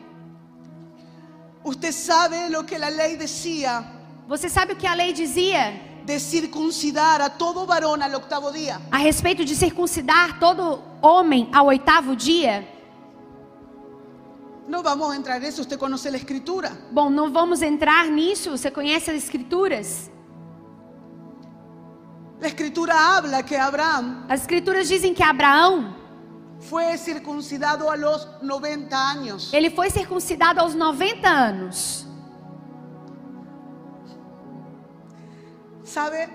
A: Usted sabe lo que la ley decía
B: Você sabe o que a lei dizia
A: de circuncidar a todo varón al octavo día.
B: a respeito de circuncidar todo homem ao oitavo dia?
A: No vamos a entrar en eso, usted conoce la escritura.
B: Bom, não vamos entrar nisso. Você conhece as escrituras?
A: La escritura habla que Abraham
B: As escrituras dizem que Abraão
A: fue circuncidado a los 90 años.
B: Ele foi circuncidado aos 90 anos.
A: ¿Sabe?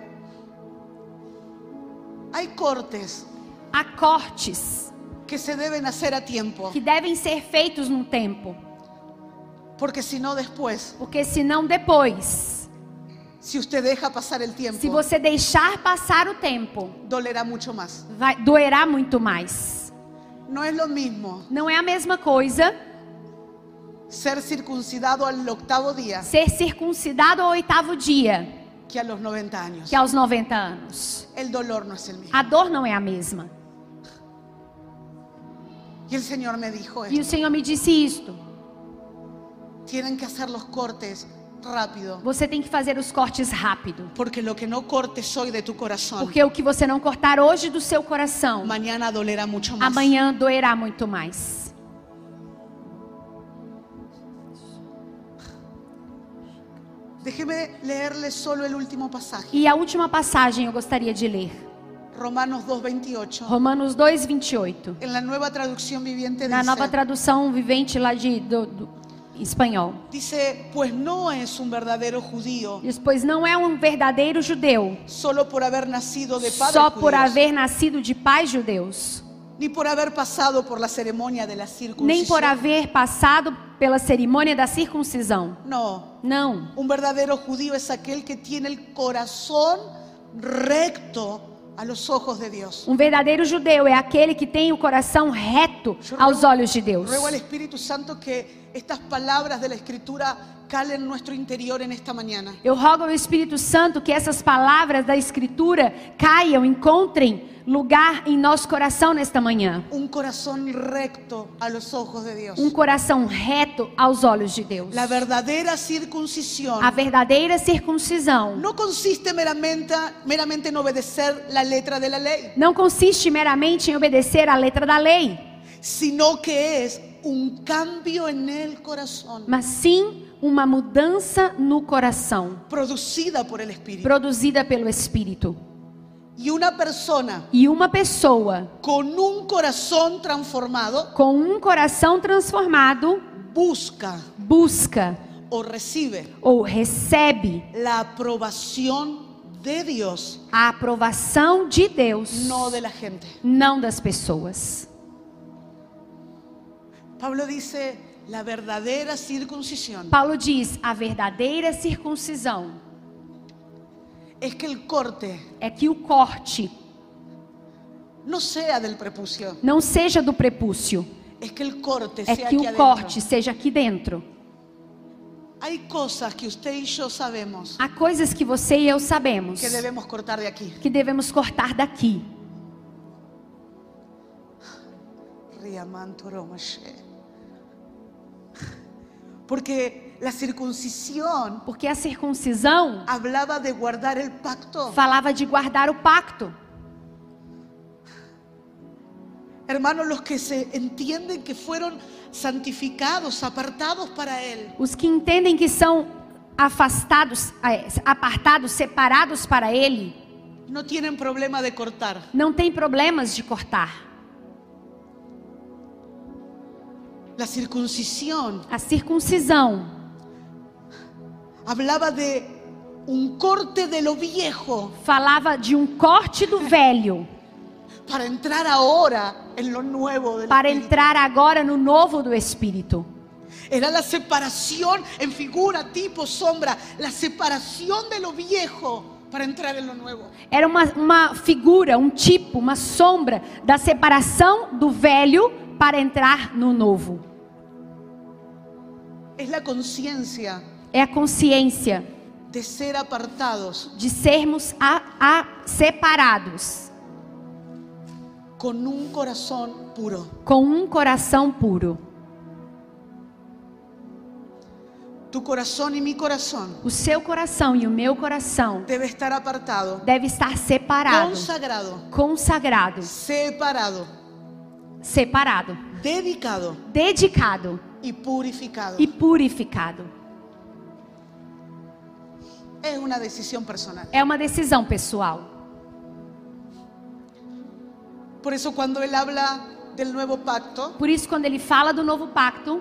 A: Hay cortes
B: Há cortes
A: que se deben hacer a tiempo,
B: que devem ser feitos no tempo,
A: porque si no después,
B: porque senão depois,
A: si usted deja pasar el
B: se
A: tiempo,
B: você deixar passar o tempo,
A: dolerá mucho más.
B: vai doerá muito mais.
A: No es lo mismo
B: Não é a mesma coisa
A: ser circuncidado al octavo día
B: ser circuncidado ao oitavo dia
A: que a los 90 años.
B: que aos 90 anos.
A: El dolor no es el mismo.
B: A dor não é a mesma.
A: Y el Señor me dijo
B: E
A: esto.
B: o Senhor me disse isto:
A: Tienen que hacer los cortes rápido,
B: você tem que fazer os cortes rápido,
A: porque lo que no cortes hoy de tu corazón,
B: porque o que você não cortar hoje do seu coração,
A: mañana dolerá mucho más.
B: amanhã doerá muito mais.
A: Déjeme leerles solo el último pasaje.
B: E a última passagem eu gostaria de ler.
A: Romanos 2.28.
B: Romanos 2, 28.
A: En la nueva traducción viviente
B: Na nova
A: dice,
B: tradução vivente lá de do- do espanhol.
A: dice, pues no es un verdadero judío
B: Diz, pois não é um verdadeiro judeu
A: solo por haber nacido de padres
B: só por
A: judíos,
B: haver nascido de pais judeus,
A: ni por haber pasado por la ceremonia de la
B: nem por
A: circuncisión.
B: haver passado pela cerimônia da circuncisão.
A: No,
B: Não.
A: un verdadero judío es aquel que tiene el corazón recto a los ojos de Dios.
B: Um verdadeiro judeu é aquele que tem o coração reto aos olhos de Deus.
A: Ruego al Espíritu Santo que estas palabras de la Escritura calen nuestro interior en esta mañana.
B: Eu rogo ao Espírito Santo que essas palavras da Escritura caiam, encontrem lugar em nosso coração nesta manhã.
A: Un corazón recto a los ojos de Dios.
B: Um coração reto aos olhos de Deus.
A: La verdadera circuncisión
B: A verdadeira circuncisão
A: no consiste meramente, meramente en obedecer la letra de la ley,
B: não consiste meramente em obedecer à letra da lei,
A: sino que es un cambio en el corazón
B: mas sim uma mudança no coração,
A: producida por el Espíritu.
B: produzida pelo Espírito.
A: Y una persona
B: E uma pessoa
A: con un corazón transformado
B: com um coração transformado
A: busca
B: busca
A: o recibe
B: ou recebe
A: la aprobación de Dios,
B: a aprovação de Deus,
A: no de la gente.
B: não das pessoas.
A: Pablo dice, la verdadera circuncisión
B: Paulo diz: a verdadeira circuncisão
A: es que el corte
B: é que o corte
A: no sea del prepucio,
B: não seja do prepúcio,
A: es que el corte
B: é
A: sea
B: que
A: aquí
B: o
A: adentro.
B: corte seja aqui dentro.
A: Hay cosas que usted y yo sabemos
B: Há coisas que você e eu sabemos
A: que debemos cortar de aquí.
B: que devemos cortar daqui.
A: Riamantoromashe. Porque la circuncisión
B: Porque a circuncisão
A: hablaba de guardar el pacto.
B: falava de guardar o pacto.
A: Hermanos, los que se entienden que fueron santificados, apartados para Él,
B: Os que entendem que são afastados, eh, apartados, separados para Ele,
A: no tienen problema de cortar.
B: não tem problemas de cortar.
A: La circuncisión
B: A circuncisão
A: hablaba de un corte de lo viejo
B: falava de um corte do velho
A: para entrar ahora en lo nuevo del
B: para
A: Espíritu.
B: entrar agora no novo do Espírito.
A: Era la separación en figura, tipo, sombra, la separación de lo viejo para entrar en lo nuevo.
B: Era uma, uma figura, um tipo, uma sombra da separação do velho para entrar no novo.
A: Es la conciencia
B: É a consciência
A: de ser apartados
B: de sermos a, a separados
A: con un corazón puro.
B: com um coração puro.
A: Tu corazón y mi corazón
B: O seu coração e o meu coração
A: debe estar apartado,
B: deve estar separado,
A: consagrado,
B: consagrado,
A: separado,
B: separado,
A: dedicado
B: dedicado
A: y purificado.
B: e purificado.
A: Es una decisión personal.
B: É uma decisão pessoal.
A: Por eso cuando él habla del nuevo pacto,
B: Por isso, quando ele fala do novo pacto,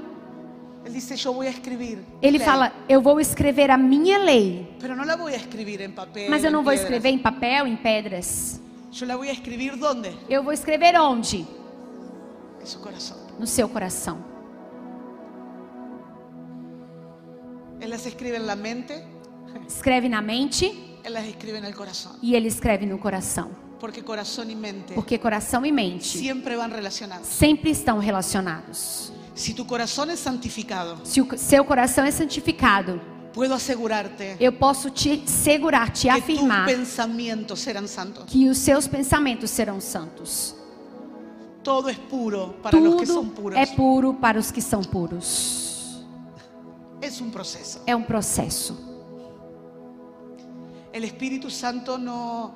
A: él dice yo voy a escribir.
B: ele
A: ley,
B: fala: Eu vou escrever a minha lei,
A: Pero no la voy a escribir en papel.
B: mas eu
A: en
B: não vou
A: piedras.
B: escrever em papel, em pedras.
A: Yo la voy a escribir dónde?
B: Eu vou escrever onde?
A: En su corazón.
B: No seu coração.
A: Él las escribe en la mente,
B: Escreve na mente
A: él las escribe en el corazón.
B: e ele escreve no coração.
A: Porque corazón y mente
B: Porque coração e mente
A: siempre van relacionados.
B: sempre estão relacionados.
A: Si tu corazón es santificado,
B: Se o seu coração é santificado,
A: puedo asegurarte
B: eu posso te segurar,
A: que
B: te
A: tus
B: afirmar
A: pensamientos serán santos.
B: que os seus pensamentos serão santos.
A: Todo es puro para los que son
B: Tudo
A: puros.
B: é puro para os que são puros.
A: Es un proceso.
B: É um processo.
A: El Espíritu Santo no,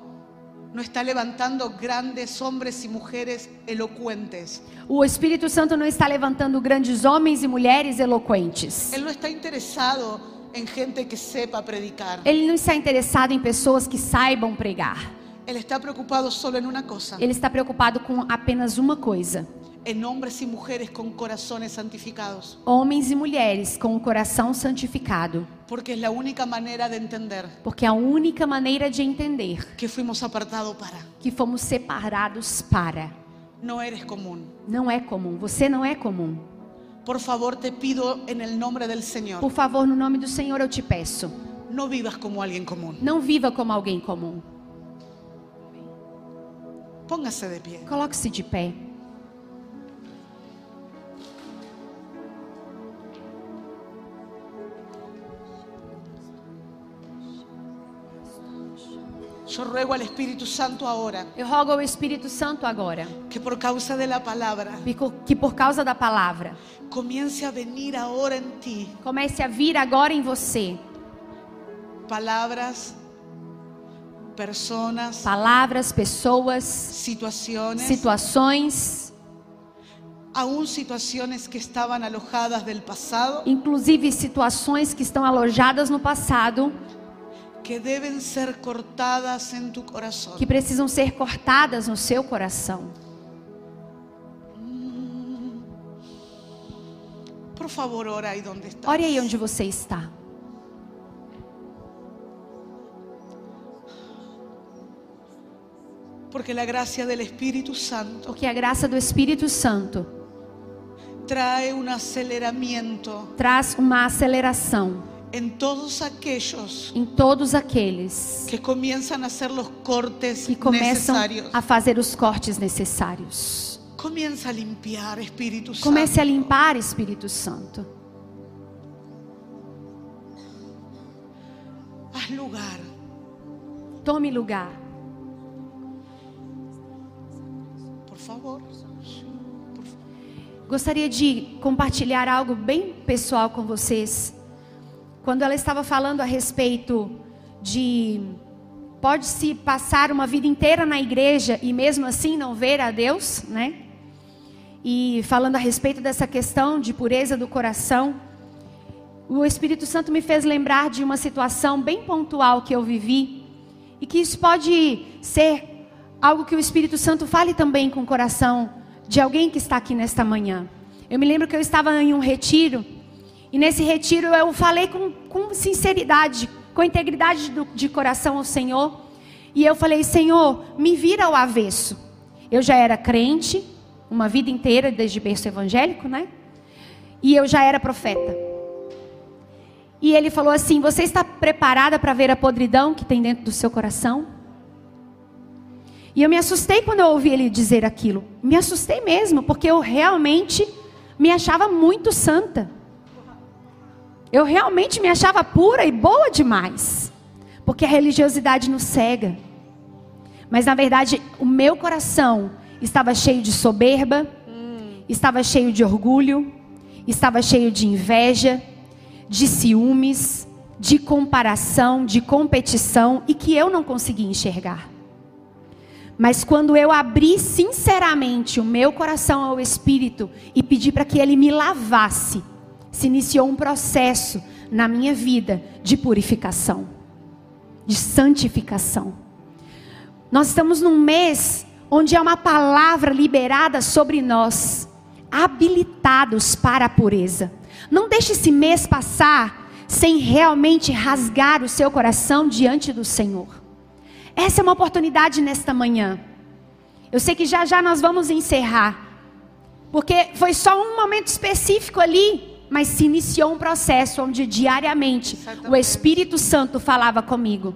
A: no está levantando grandes hombres y mujeres elocuentes.
B: O Espírito Santo não está levantando grandes homens e mulheres eloquentes.
A: Él no está interesado en gente que sepa predicar.
B: Ele não está interessado em pessoas que saibam pregar.
A: Él está preocupado solo en una cosa,
B: Ele está preocupado com apenas uma coisa:
A: en hombres y mujeres con corazones santificados,
B: homens e mulheres com o coração santificado,
A: porque es la única manera de entender
B: porque é a única maneira de entender
A: que fuimos apartados para.
B: que fomos separados para.
A: No eres común.
B: Não é comum, você não é comum.
A: Por favor, te pido en el nombre del
B: Por
A: Señor,
B: favor, no nome do Senhor eu te peço,
A: no vivas como alguien común.
B: não viva como alguém comum.
A: Póngase de pie.
B: Coloque-se de pé.
A: Yo ruego al Espíritu Santo ahora
B: Eu rogo ao Espírito Santo agora,
A: que por causa de la palabra
B: que co- que por causa da palavra,
A: comience a venir ahora en ti
B: comece a vir agora em você
A: palabras, personas,
B: palavras, pessoas,
A: situaciones,
B: situações,
A: aún situaciones que estaban alojadas del pasado,
B: inclusive situações que estão alojadas no passado,
A: que deben ser cortadas en tu corazón.
B: que precisam ser cortadas no seu coração.
A: Por favor, ora ahí donde estás.
B: Ore aí onde você está.
A: Porque la gracia del Espíritu Santo
B: Porque a graça do Espírito Santo
A: trae un aceleramiento
B: traz uma aceleração
A: en todos aquellos
B: em todos aqueles
A: que comienzan a hacer los cortes
B: que começam
A: necesarios.
B: a fazer os cortes necessários.
A: Comienza a limpiar, Espíritu Santo.
B: Comece a limpar, Espírito Santo.
A: Haz lugar.
B: Tome lugar.
A: Por favor. Por favor.
B: Gostaria de compartilhar algo bem pessoal com vocês. Quando ela estava falando a respeito de pode-se passar uma vida inteira na igreja e mesmo assim não ver a Deus, né? E falando a respeito dessa questão de pureza do coração, o Espírito Santo me fez lembrar de uma situação bem pontual que eu vivi e que isso pode ser algo que o Espírito Santo fale também com o coração de alguém que está aqui nesta manhã. Eu me lembro que eu estava em um retiro e nesse retiro eu falei com, com sinceridade, com integridade do- de coração ao Senhor e eu falei: Senhor, me vira ao avesso. Eu já era crente uma vida inteira desde berço evangélico, né? E eu já era profeta. E ele falou assim: Você está preparada para ver a podridão que tem dentro do seu coração? E eu me assustei quando eu ouvi ele dizer aquilo. Me assustei mesmo, porque eu realmente me achava muito santa. Eu realmente me achava pura e boa demais. Porque a religiosidade nos cega. Mas na verdade, o meu coração estava cheio de soberba, estava cheio de orgulho, estava cheio de inveja, de ciúmes, de comparação, de competição e que eu não conseguia enxergar. Mas quando eu abri sinceramente o meu coração ao Espírito e pedi para que ele me lavasse, se iniciou um processo na minha vida de purificação, de santificação. Nós estamos num mês onde há uma palavra liberada sobre nós, habilitados para a pureza. Não deixe esse mês passar sem realmente rasgar o seu coração diante do Senhor. Essa é uma oportunidade nesta manhã. Eu sei que já já nós vamos encerrar. Porque foi só um momento específico ali, mas se iniciou um processo onde diariamente
A: Exatamente.
B: o Espírito Santo falava comigo.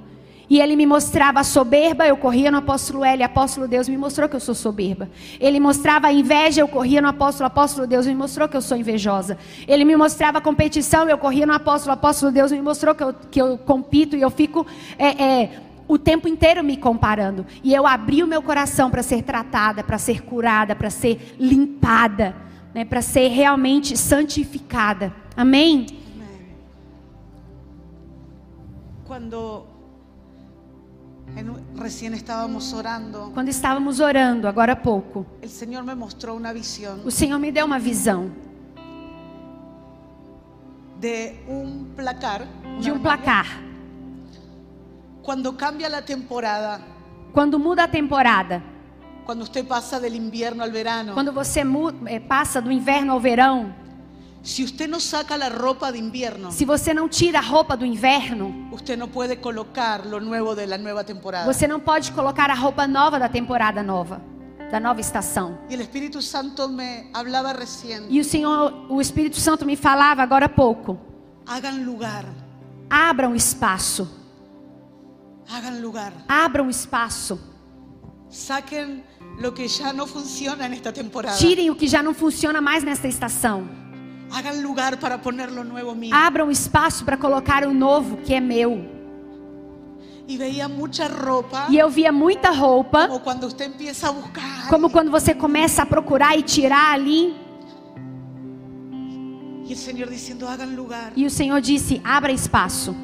B: E ele me mostrava a soberba, eu corria no apóstolo L, apóstolo Deus me mostrou que eu sou soberba. Ele mostrava a inveja, eu corria no apóstolo, apóstolo Deus me mostrou que eu sou invejosa. Ele me mostrava a competição, eu corria no apóstolo, apóstolo Deus me mostrou que eu, que eu compito e eu fico é, é, o tempo inteiro me comparando. E eu abri o meu coração para ser tratada, para ser curada, para ser limpada, né, para ser realmente santificada. Amém?
A: Amén. Cuando en un- recién estábamos orando,
B: Quando estávamos orando, agora há pouco,
A: el Señor me mostró una visión
B: o Senhor me deu uma visão
A: de un placar, una
B: de um
A: armaria,
B: placar.
A: cuando cambia la temporada,
B: Quando muda a temporada,
A: cuando usted pasa del invierno al verano,
B: quando você mu- eh, passa do inverno ao verão,
A: si usted no saca la ropa de invierno,
B: se você não tira a roupa do inverno,
A: usted no puede colocar lo nuevo de la nueva temporada.
B: você não pode colocar a roupa nova da temporada nova, da nova estação.
A: Y el Espíritu Santo me hablaba recién,
B: E o Senhor, o Espírito Santo me falava agora há pouco:
A: hagan lugar,
B: abram espaço,
A: hagan lugar,
B: abram espaço,
A: saquen lo que ya no funciona en esta temporada,
B: tirem o que já não funciona mais nesta estação,
A: hagan lugar para poner lo nuevo mío.
B: abram espaço para colocar o novo que é meu.
A: Y veía mucha ropa,
B: E eu via muita roupa,
A: como cuando usted empieza a buscar,
B: como quando você começa a procurar e tirar ali.
A: y el Señor diciendo, hagan lugar.
B: E o Senhor disse: abra espaço.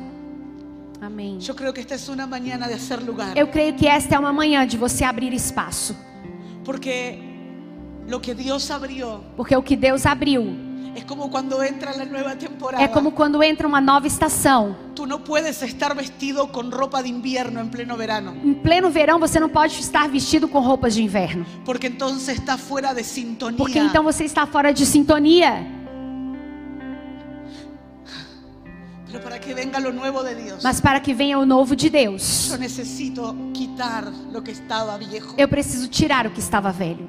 B: Amém.
A: Yo creo que esta es una mañana de hacer lugar.
B: Eu creio que esta é uma manhã de você abrir espaço.
A: Porque lo que Dios abrió
B: Porque o que Deus abriu
A: es como cuando entra la nueva temporada.
B: é como quando entra uma nova estação.
A: Tú no puedes estar vestido con ropa de invierno en pleno verano,
B: Em pleno verão você não pode estar vestido com roupas de inverno.
A: porque entonces está fuera de sintonía.
B: Porque então você está fora de sintonia.
A: Pero para que venga lo nuevo de Dios,
B: Mas para que venha o novo de
A: yo
B: Deus,
A: necesito quitar lo que estaba viejo.
B: eu preciso tirar o que estava velho.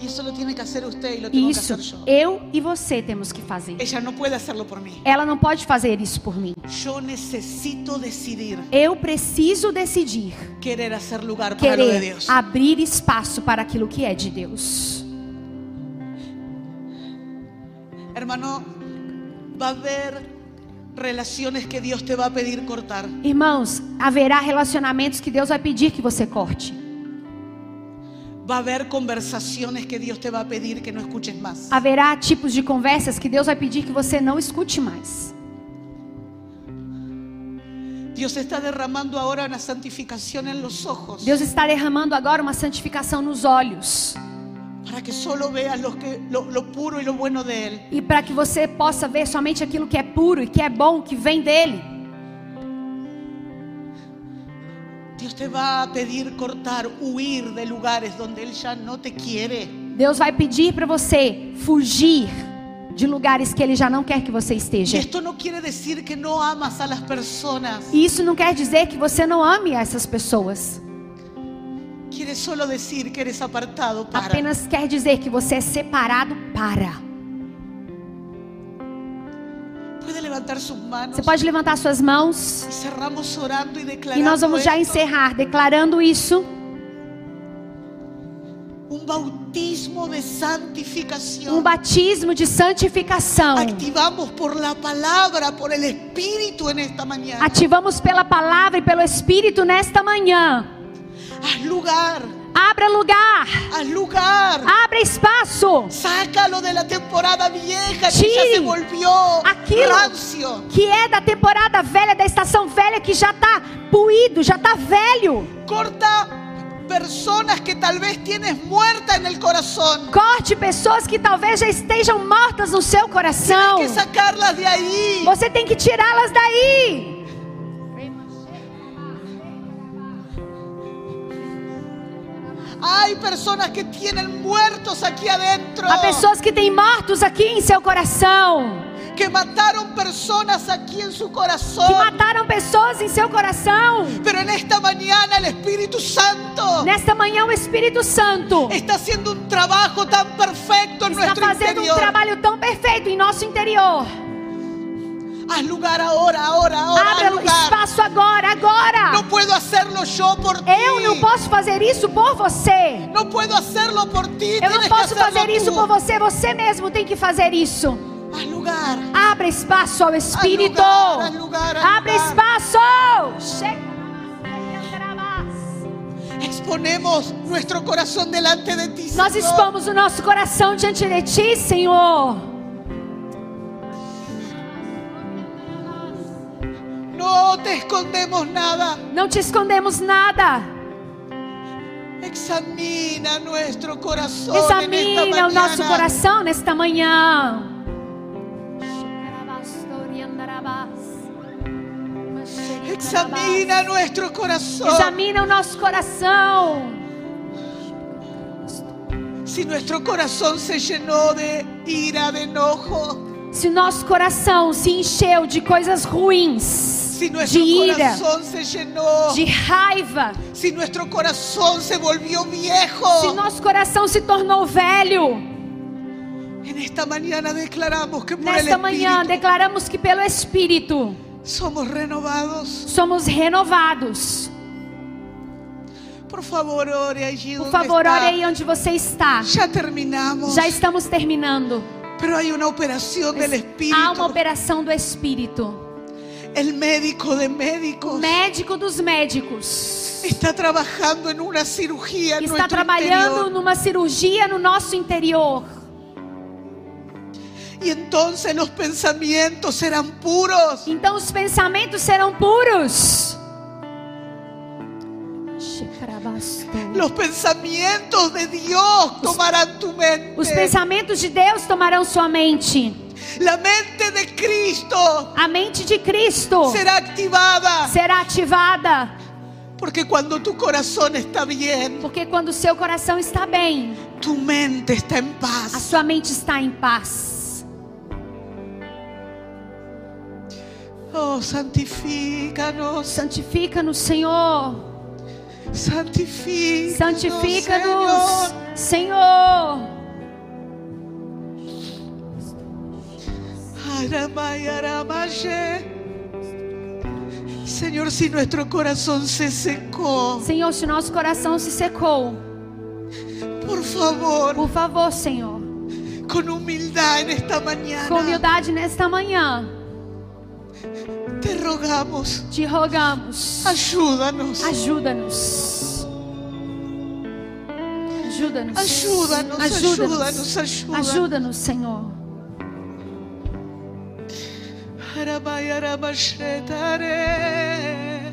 A: Y eso lo tiene que hacer usted y lo tengo
B: E
A: que
B: isso
A: hacer yo.
B: eu e você temos que fazer.
A: Ella no puede hacerlo por mí.
B: Ela não pode fazer isso por mim.
A: Yo necesito decidir
B: Eu preciso decidir
A: querer hacer lugar para lo de
B: querer
A: Dios.
B: abrir espaço para aquilo que é de Deus.
A: Hermano, va a haber relaciones que Dios te va a pedir cortar.
B: Irmãos, haverá relacionamentos que Deus vai pedir que você corte.
A: Va a haber conversaciones que Dios te va a pedir que no escuches más.
B: Haverá tipos de conversas que Deus vai pedir que você não escute mais.
A: Dios está derramando ahora una santificación en los ojos
B: Deus está derramando agora uma santificação nos olhos
A: para que solo veas lo, que, lo, lo puro y lo bueno de Él.
B: e para que você possa ver somente aquilo que é puro e que é bom, que vem dele.
A: Dios te va a pedir cortar, huir de lugares donde Él ya no te quiere.
B: Deus vai pedir para você fugir de lugares que ele já não quer que você
A: Y
B: esteja.
A: esto no quiere decir que no amas a las personas.
B: E isso não quer dizer que você não ame essas pessoas.
A: Quiere solo decir que eres apartado para.
B: Apenas quer dizer que você é separado para.
A: Puede levantar sus manos.
B: Você pode levantar suas mãos.
A: Y cerramos orando y
B: E
A: declarando.
B: nós vamos já
A: esto,
B: encerrar declarando isso,
A: Un bautismo de santificación.
B: um batismo de santificação.
A: Activamos por la palabra, por el Espíritu en esta mañana.
B: Ativamos pela palavra e pelo Espírito nesta manhã.
A: Haz lugar,
B: Abra lugar,
A: haz lugar.
B: abra espaço.
A: Sácalo de la temporada vieja que
B: Sí.
A: ya se volvió
B: Aquilo.
A: rancio.
B: Que é da temporada velha, da estação velha que já tá puído, já tá velho.
A: Corta personas que tal vez tienes muerta en el corazón.
B: Corte pessoas que talvez já estejam mortas no seu coração.
A: Hay que sacarlas de ahí.
B: Você tem que tirá-las daí.
A: Hay personas que tienen muertos aquí adentro.
B: Há pessoas que têm mortos aqui em seu coração.
A: Que mataron personas aquí en su
B: que
A: corazón.
B: mataram pessoas em seu coração.
A: Pero en esta mañana el Espíritu Santo
B: Nesta manhã, o Espírito Santo
A: está haciendo un trabajo tan perfecto en
B: está
A: nuestro
B: fazendo um
A: interior.
B: trabalho tão perfeito em nosso interior.
A: Haz lugar ahora, ahora, ahora. haz
B: Abra
A: lugar.
B: espaço agora,
A: No
B: agora.
A: puedo hacerlo yo por ti.
B: Eu não posso fazer isso por você.
A: No puedo hacerlo por ti.
B: Eu
A: tienes
B: não
A: que
B: posso
A: hacerlo
B: fazer isso
A: tú.
B: por você. Você mesmo tem que fazer isso.
A: Haz lugar.
B: Abra espaço ao Espírito.
A: lugar, há lugar, há
B: Abra
A: lugar.
B: espaço. Chega.
A: Exponemos nuestro corazón delante de ti.
B: Nós
A: Señor.
B: expomos o nosso coração diante de ti, Senhor.
A: No te escondemos nada.
B: Não te escondemos nada.
A: Examina nuestro corazón. en esta
B: Examina o nosso
A: mañana.
B: coração nesta manhã.
A: Examina nuestro corazón.
B: Examina o nosso coração.
A: Si nuestro corazón se llenó de ira, de enojo.
B: Se o nosso coração se encheu de coisas ruins,
A: Si
B: de
A: nuestro
B: ira,
A: corazón se llenó.
B: de raiva,
A: Si nuestro corazón se volvió
B: se
A: viejo.
B: nosso coração se tornou velho,
A: En esta mañana declaramos que por el
B: nesta manhã
A: Espíritu
B: declaramos que pelo Espírito
A: somos renovados.
B: somos renovados.
A: Por favor, ore allí donde
B: Por favor,
A: está.
B: ore aí onde você está.
A: Ya terminamos.
B: Já estamos terminando.
A: Pero hay una operación del Espíritu.
B: Há uma operação do Espírito.
A: El médico de
B: O
A: médicos
B: médico dos médicos
A: está trabajando en una cirugía en
B: está
A: nuestro
B: trabalhando
A: É interior.
B: numa cirurgia no nosso interior.
A: Y entonces los pensamientos serán puros.
B: Então os pensamentos serão puros.
A: Los pensamientos de Dios tomarán tu mente.
B: Os pensamentos de Deus tomarão sua mente.
A: La mente de Cristo
B: A mente de Cristo
A: será activada.
B: será ativada.
A: Porque cuando tu corazón está bien,
B: Porque quando o seu coração está bem,
A: tu mente está en
B: a
A: paz.
B: sua mente está em paz.
A: Oh, santifícanos.
B: Santifica-nos, Senhor.
A: Santifícanos.
B: Santifica-nos,
A: Señor.
B: Senhor.
A: Aramai, aramaye. Señor, si nuestro corazón se secó,
B: Senhor, se nosso coração se secou,
A: por favor,
B: por favor, Senhor,
A: con humildad en esta mañana,
B: com humildade nesta manhã,
A: te rogamos,
B: te rogamos.
A: ayúdanos,
B: Ajuda-nos. Ajuda-nos.
A: ayúdanos, ayúdanos, ayúdanos.
B: Ajuda-nos, Senhor.
A: Aramai, aramaye, tare.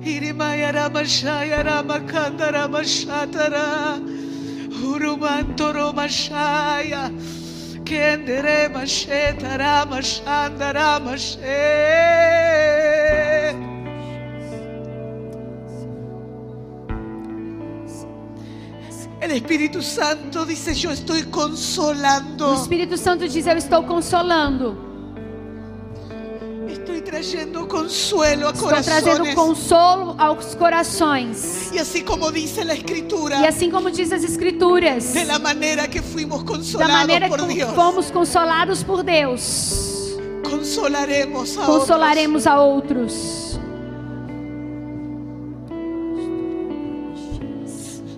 A: Irimai, aramayay, aramakanda, aramashatara. Urumantoro, mashaya. Kendere, mashe, taramashanda, ramashe. El Espíritu Santo dice, yo estoy
B: O
A: consolando.
B: Espírito Santo diz: Eu estou consolando.
A: Estoy trayendo consuelo a
B: Estou trazendo
A: corazones.
B: consolo aos corações.
A: Y así como dice la escritura,
B: E assim como diz as Escrituras,
A: de la manera que fuimos
B: da
A: consolados
B: maneira
A: por
B: que
A: Dios,
B: fomos consolados por Deus,
A: consolaremos a
B: consolaremos a outros.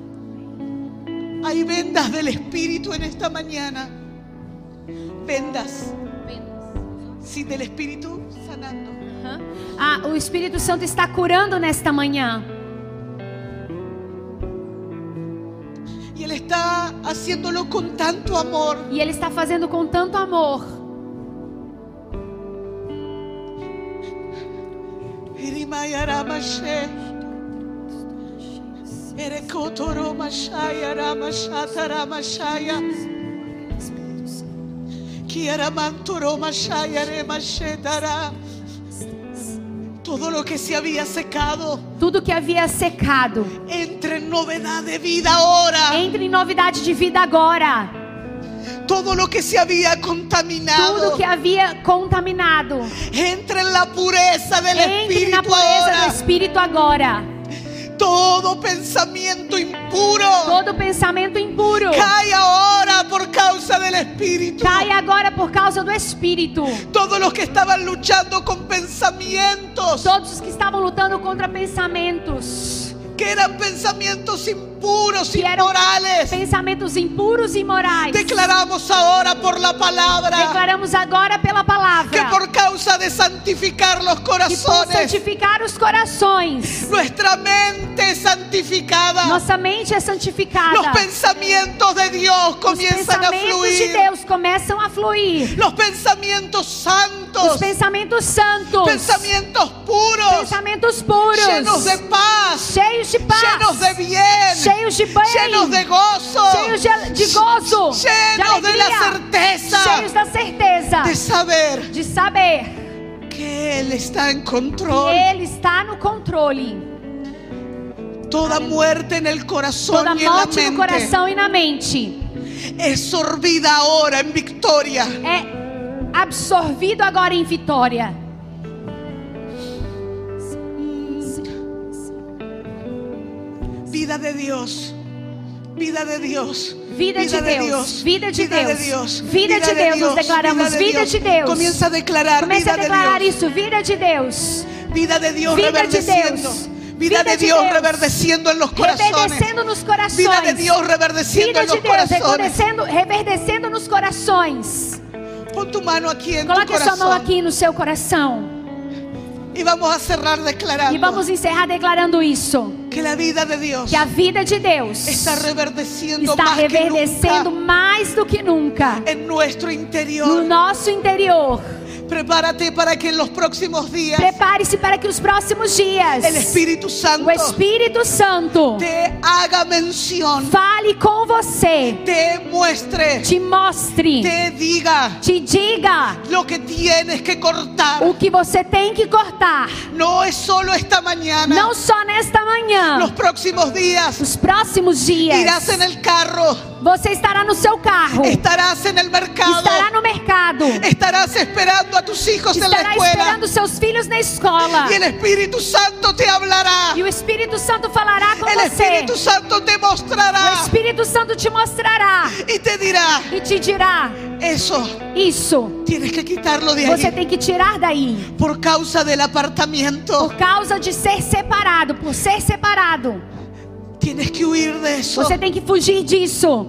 A: otros. Hay vendas del Espíritu en esta mañana. Vendas. Sí, del Espíritu sanando.
B: Ah, o Espírito Santo está curando nesta manhã.
A: Y Él está haciéndolo con tanto amor.
B: E Ele está fazendo com tanto amor.
A: Irimayaramashe. Erekotoromasaya, ramashataramashaya. Kiaramantoromasaya, remashetara. Todo lo que se había secado
B: Tudo que havia secado,
A: entre en novedad de vida ahora.
B: entre em novidade de vida agora.
A: Todo lo que se había
B: Tudo
A: contaminado
B: que havia contaminado,
A: entre en la pureza del
B: entre na
A: Espíritu
B: pureza do
A: ahora.
B: Espírito agora.
A: Todo pensamiento impuro.
B: Todo pensamento impuro
A: Cae ahora por causa del Espíritu.
B: cai agora por causa do Espírito.
A: Todos los que estaban luchando con pensamientos
B: Todos os que estavam lutando contra pensamentos,
A: que eran pensamientos impuros,
B: que eram
A: inmorales,
B: pensamentos impuros e imorais,
A: declaramos ahora por la palabra
B: declaramos agora pela
A: que
B: palavra
A: por causa de santificar los
B: que por
A: corazones,
B: santificar os corações,
A: nuestra mente es santificada.
B: nossa mente é santificada.
A: Los pensamientos de Dios
B: Os
A: comienzan a
B: pensamentos de
A: fluir.
B: Deus começam a fluir.
A: Los pensamientos
B: os
A: santos,
B: pensamentos santos,
A: pensamientos puros,
B: pensamentos puros,
A: llenos de paz,
B: cheios de paz,
A: llenos de bien,
B: cheios de bem,
A: llenos de gozo,
B: cheios de, de gozo, de
A: llenos de la
B: alegria,
A: certeza
B: cheios da certeza
A: de saber
B: de saber
A: que Él está en
B: que
A: control.
B: Ele está no controle.
A: Toda muerte en el corazón
B: Toda
A: y en la
B: morte
A: mente
B: no coração e na mente
A: es sorbida ahora en victoria.
B: é absorvido agora em vitória.
A: Vida de Dios. Vida de Dios.
B: Vida de Deus, vida de Deus, vida de Deus, nos declaramos, vida de Deus.
A: Comienza a declarar
B: Comece
A: vida
B: a declarar
A: de Dios.
B: isso, vida de Deus.
A: Vida de Dios
B: Vida de
A: reverdeciendo.
B: Deus.
A: Vida de Dios
B: Deus.
A: reverdeciendo en los corazones.
B: Reverdecendo nos corações.
A: Vida de Dios reverdeciendo
B: Vida
A: en
B: de
A: los
B: Deus,
A: corazones.
B: recordecendo- reverdecendo nos corações.
A: Pon tu mano aquí en tu
B: Coloque a sua mão
A: corazón.
B: aqui no seu coração.
A: Y vamos a cerrar
B: E
A: declarando
B: vamos encerrar declarando isso.
A: que la vida de Dios
B: Que a vida de Deus
A: está reverdeciendo
B: está
A: más que
B: reverdecendo
A: nunca
B: mais do que nunca.
A: en nuestro
B: No
A: interior.
B: nosso interior.
A: Prepárate para que en los próximos días
B: Prepare-se para que os próximos dias
A: el Espíritu
B: o
A: Santo
B: Espírito Santo
A: te haga mención,
B: fale com você,
A: te muestre,
B: te mostre,
A: te diga
B: te diga
A: lo que tienes que cortar.
B: o que você tem que cortar.
A: No es solo esta mañana,
B: Não só nesta manhã,
A: los próximos días
B: os próximos dias.
A: irás en el carro,
B: Você estará no seu carro,
A: estarás en el mercado,
B: estará no mercado,
A: estarás esperando a tus hijos en la
B: estará
A: escuela
B: esperando seus filhos na escola.
A: y el Espíritu Santo te hablará.
B: E o Espírito Santo falará com
A: El
B: você.
A: Espíritu é Santo te mostrará
B: O Espírito Santo te mostrará
A: y te dirá,
B: e te dirá:
A: eso
B: Isso
A: tienes que quitarlo de
B: você
A: ahí
B: tem que tirar daí.
A: por causa del apartamiento.
B: Por causa de ser separado, por ser separado,
A: Tienes que huir de eso.
B: você tem que fugir disso.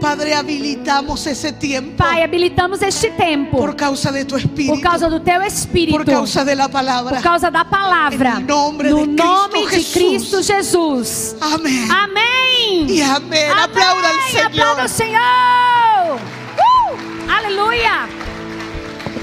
A: Padre, habilitamos ese tiempo
B: Pai, habilitamos este tempo
A: por causa de tu espíritu,
B: por causa do teu espírito,
A: por causa de la palabra.
B: por causa da palavra,
A: Em nome
B: no
A: de
B: nome
A: Cristo
B: de
A: Jesus.
B: Cristo Jesus.
A: Amén.
B: Amém.
A: Y amén. Aplauda al
B: Amém. Aplauda
A: Señor.
B: o Senhor. Uh! Aleluia.